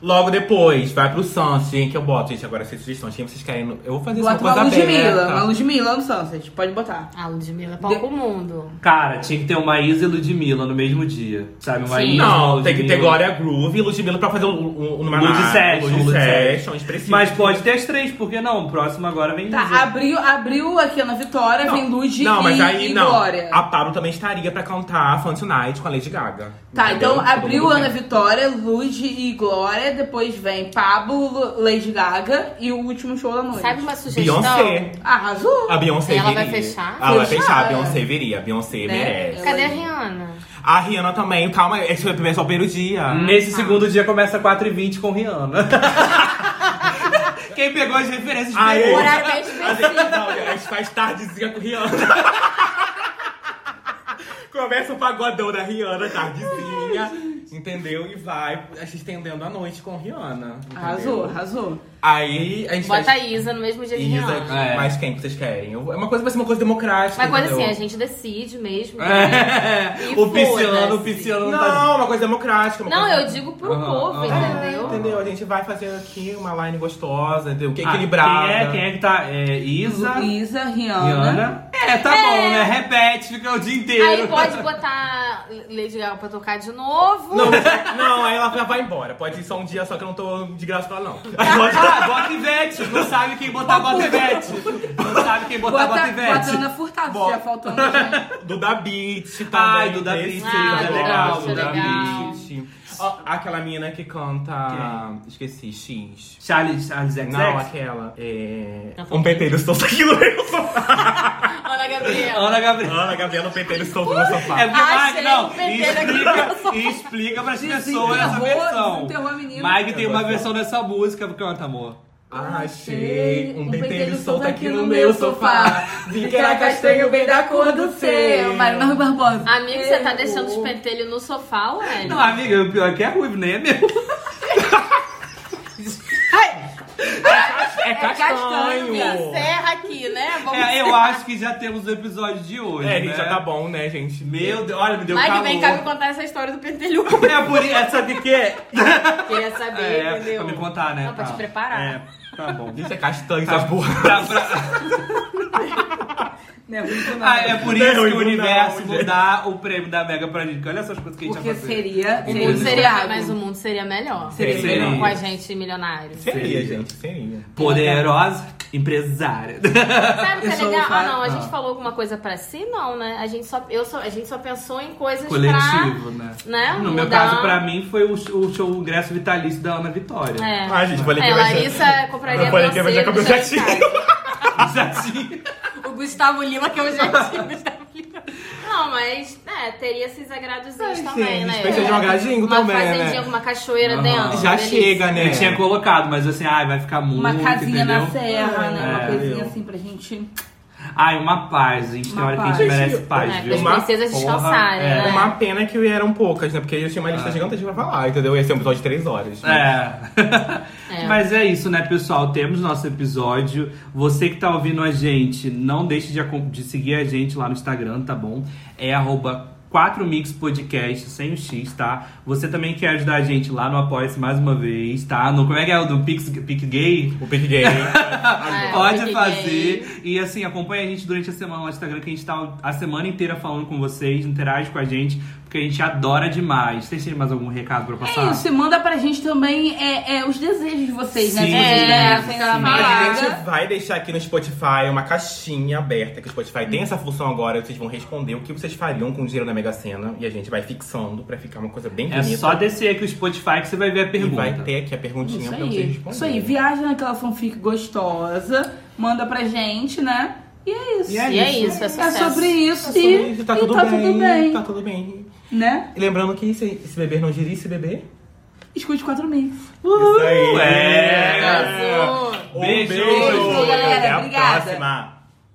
S3: Logo depois, vai pro Sunset, que eu boto, gente, agora essas sugestões, quem vocês querem. Eu vou fazer
S4: Bota
S3: isso uma
S4: uma
S3: coisa
S4: Ludmilla,
S3: aberta.
S4: uma Ludmilla no Sunset, pode botar.
S2: A Ah, Ludmilla, palco mundo.
S1: Cara, tinha que ter uma Isa e Ludmilla no mesmo dia. Sabe, uma
S2: Sim.
S1: Isa,
S3: Não,
S1: uma
S3: tem que ter
S1: Ludmilla.
S3: Glória Groove e Ludmilla pra fazer um, um, uma
S1: Lud
S3: nave,
S1: Session,
S3: Lud
S1: Lud
S3: Session, expressivo.
S1: Mas pode ter as três, por que não? O próximo agora vem
S4: Tá,
S1: Isa.
S4: abriu, abriu aqui na Vitória,
S3: Não,
S4: vem Lud
S3: não,
S4: e,
S3: mas aí
S4: e
S3: não.
S4: Glória.
S3: A Pablo também estaria pra cantar Fun Tonight com a Lady Gaga.
S4: Tá,
S3: entendeu?
S4: então
S3: Todo
S4: abriu
S3: mundo
S4: Ana
S3: vem.
S4: Vitória, Lud e Glória, depois vem Pablo, Lady Gaga e o último show da noite.
S2: Sabe uma sugestão?
S3: Beyoncé.
S4: Arrasou!
S3: A Beyoncé
S2: Ela
S3: viria.
S2: vai fechar?
S3: Ela vai
S4: Fechar.
S3: fechar, a Beyoncé viria. A Beyoncé
S4: Né?
S3: merece.
S2: Cadê a Rihanna?
S3: A Rihanna também. Calma, esse foi primeiro- só o primeiro dia.
S2: Hum.
S1: Nesse segundo dia começa 4h20 com Rihanna. Quem pegou as referências
S3: Ai,
S1: pegou.
S3: eu-
S2: Horário bem *laughs* específico.
S3: a gente faz tardezinha com Rihanna. *laughs* Começa o pagodão da Rihanna, tardezinha. Entendeu? E vai se estendendo a noite com Rihanna. entendeu?
S4: Arrasou, arrasou.
S3: Aí a gente
S2: Bota a
S3: faz...
S2: Isa no mesmo dia de
S3: Isa,
S2: Rihanna.
S1: É.
S3: mas quem que vocês querem? Eu- É uma coisa vai ser uma coisa democrática.
S2: Uma coisa assim,
S3: entendeu?
S2: a gente decide mesmo.
S1: É, *laughs*
S2: E
S1: o pisciano,
S2: foda-se.
S1: o pisciano tá
S3: Não, é uma coisa democrática. uma
S2: Não,
S3: coisa- É,
S2: eu digo pro
S1: Aham,
S2: povo,
S1: aham.
S2: entendeu?
S3: Entendeu? A gente vai fazer aqui uma line gostosa, entendeu? Que
S1: Ah,
S3: equilibrada.
S1: Quem é, quem é que tá? É, Isa,
S4: Isa, Rihanna.
S1: Rihanna. É, tá bom, né? Repete, fica o dia inteiro. *laughs*
S2: Aí pode botar Lady Gaga pra tocar de novo.
S3: Não, não, aí ela já vai embora. Pode ir só um dia, só que eu não tô de graça pra ela, não.
S1: Ah,
S3: *laughs*
S1: Bota, bota Ivete, não sabe quem botar, bota Ivete. Não sabe quem botar,
S4: Bota,
S1: bota
S4: bota
S1: Ivete.
S4: Ana Furtado,
S3: Bota.
S4: já faltou uma, né?
S3: Duda Beat também.
S1: Ai, Duda
S3: desse,
S1: Beat,
S2: Ah,
S3: é
S2: Duda
S3: legal,
S2: Beat,
S3: Duda
S2: legal.
S3: Beat. Ó, aquela menina que canta... Esqueci, X.
S1: Charles, Charles XX.
S3: Não, aquela. É... Um penteiro solto aqui no meu sofá.
S2: Ana Gabriela.
S1: é Ana Gabriela.
S3: Ana Gabriela, um penteiro solto no
S1: É
S3: sofá.
S1: porque
S2: Achei
S1: Mike, não,
S2: o penteiro aqui no meu
S1: explica, explica pras pessoas essa
S4: Desenterrou,
S1: versão.
S4: desenterrou
S2: é
S4: a menina.
S1: Mike tem uma versão dessa música, tá canta, amor.
S3: Achei um penteiro um solto aqui no meu sofá. É Vi *laughs* que era castanho bem da cor do
S4: Seu,
S3: seu.
S4: Marina Rui Barbosa.
S2: Amigo, você tá deixando os pentelhos no sofá, ué?
S1: Não, amiga, o pior é que é ruivo, nem é
S2: *laughs*
S1: meu.
S3: É
S4: castanho,
S3: castanho. É,
S2: Encerra aqui, né? Vamos
S1: É, eu acho que já temos o episódio de hoje,
S3: É,
S1: né?
S3: gente, já tá bom, né, gente?
S1: Meu Deus, olha, me deu
S2: Mike,
S1: calor.
S2: vem cá me contar essa história do pentelho.
S1: É por isso, sabe o que é?
S2: Queria saber,
S1: É,
S2: entendeu?
S1: pra me contar, né?
S2: Não, pra
S1: Tá.
S2: te preparar.
S1: É, tá bom.
S3: Isso é castanho,
S1: Tá.
S3: essa porra.
S1: Pra- pra-
S4: Não é ruim que não.
S1: Ah, é por isso
S3: Não,
S1: que o
S3: não,
S1: universo
S3: gente.
S1: não dá o prêmio da Mega pra gente. Olha essas coisas que a gente
S3: é
S4: Porque
S1: ia fazer.
S4: seria.
S3: Um
S4: um-
S2: O mundo seria,
S4: estragado.
S2: mas o mundo seria melhor.
S3: Seria.
S2: Com a gente milionário.
S3: Seria,
S1: Seria.
S2: né?
S3: gente, seria.
S1: Poderosa. Empresária.
S2: Sabe o que é
S4: Isso
S2: legal? Ah,
S4: faz-
S2: não, a
S1: não.
S2: gente falou alguma coisa pra si? Não, né? A gente só, eu só, a gente só pensou em coisas pra...
S1: *laughs* Coletivo, né?
S2: né,
S1: No meu
S2: mudar.
S1: caso, pra mim, foi o, o show o ingresso vitalício da Ana Vitória. *laughs*
S2: É.
S3: Ah, gente, falei que
S2: É,
S3: vai ser-
S2: Larissa compraria
S3: Eu falei que
S2: você,
S3: vai ser campeão
S2: já
S3: de
S2: está.
S1: Já tinha.
S2: O Gustavo Lima, que é o Jardim Gustavo Lima. Não, mas, é, teria esses agradozinhos
S3: Ai,
S2: também,
S3: gente,
S2: né?
S3: precisa de um agradinho
S2: uma
S3: também,
S2: fazendinha,
S3: né?
S2: alguma cachoeira
S1: Aham.
S2: dentro.
S3: Já
S2: delícia.
S3: chega, né?
S1: Eu tinha colocado, mas assim, ai, vai ficar
S3: Um
S1: muito,
S4: Uma casinha
S1: entendeu?
S4: na serra, né? Uma
S1: É,
S4: coisinha
S3: eu.
S4: assim pra gente.
S1: Ai, uma paz, gente. Tem
S4: Uma
S1: hora que a gente
S4: paz.
S1: merece paz,
S2: É,
S1: viu?
S2: pras princesas
S1: Porra,
S2: descansarem,
S1: é.
S2: né?
S3: Uma pena que eram poucas, né? Porque eu tinha uma lista gigantesca pra falar, entendeu? Ia ser um episódio de três horas. né?
S1: É.
S2: *laughs* É.
S1: Mas é isso, né, pessoal? Temos nosso episódio. Você que tá ouvindo a gente, não deixe de, acom- de seguir a gente lá no Instagram, tá bom? É arroba 4Mix Podcast, sem o X, tá? Você também quer ajudar a gente lá no Apoia-se mais uma vez, tá? No, como é que é o do Pix, Pix Gay?
S3: O
S1: *laughs*
S3: Big Gay.
S2: É, o
S1: Pode
S2: Pix
S1: fazer. E assim, acompanha a gente durante a semana lá no Instagram, que a gente tá a semana inteira falando com vocês, interage com a gente, porque a gente adora demais. Vocês têm mais algum recado pra
S4: É
S1: passar?
S3: Tá.
S4: isso, e manda pra gente também é, é, os desejos de vocês, né?
S1: Sim,
S4: é,
S2: sim.
S3: A
S4: palavra.
S3: gente vai deixar aqui no Spotify uma caixinha aberta, que o Spotify tem essa função agora. Vocês vão responder o que vocês fariam com o dinheiro da Mega Sena. E a gente vai fixando pra ficar uma coisa bem
S1: É
S3: bonita.
S1: só descer aqui o Spotify que você vai ver a
S3: E
S1: pergunta.
S3: vai ter aqui a perguntinha
S4: Isso
S3: pra né? vocês
S4: aí.
S3: responderem.
S4: Isso aí, viaja naquela fanfic gostosa, manda pra gente, né? E é isso.
S1: E é
S2: E é isso, é
S4: É
S2: sucesso.
S4: sobre isso.
S3: Tá
S4: e-
S3: tudo- Tá
S4: e
S3: tudo
S4: tá
S3: bem.
S4: tudo bem.
S3: Tá tudo bem.
S4: Né?
S3: E lembrando que se, se beber não dirige, se beber.
S4: Escute 4 mix.
S3: Isso aí.
S1: é.
S2: Arrasou.
S3: Um
S1: Beijo.
S3: beijo.
S4: Beijo, galera.
S3: Até a
S4: Obrigada.
S3: próxima.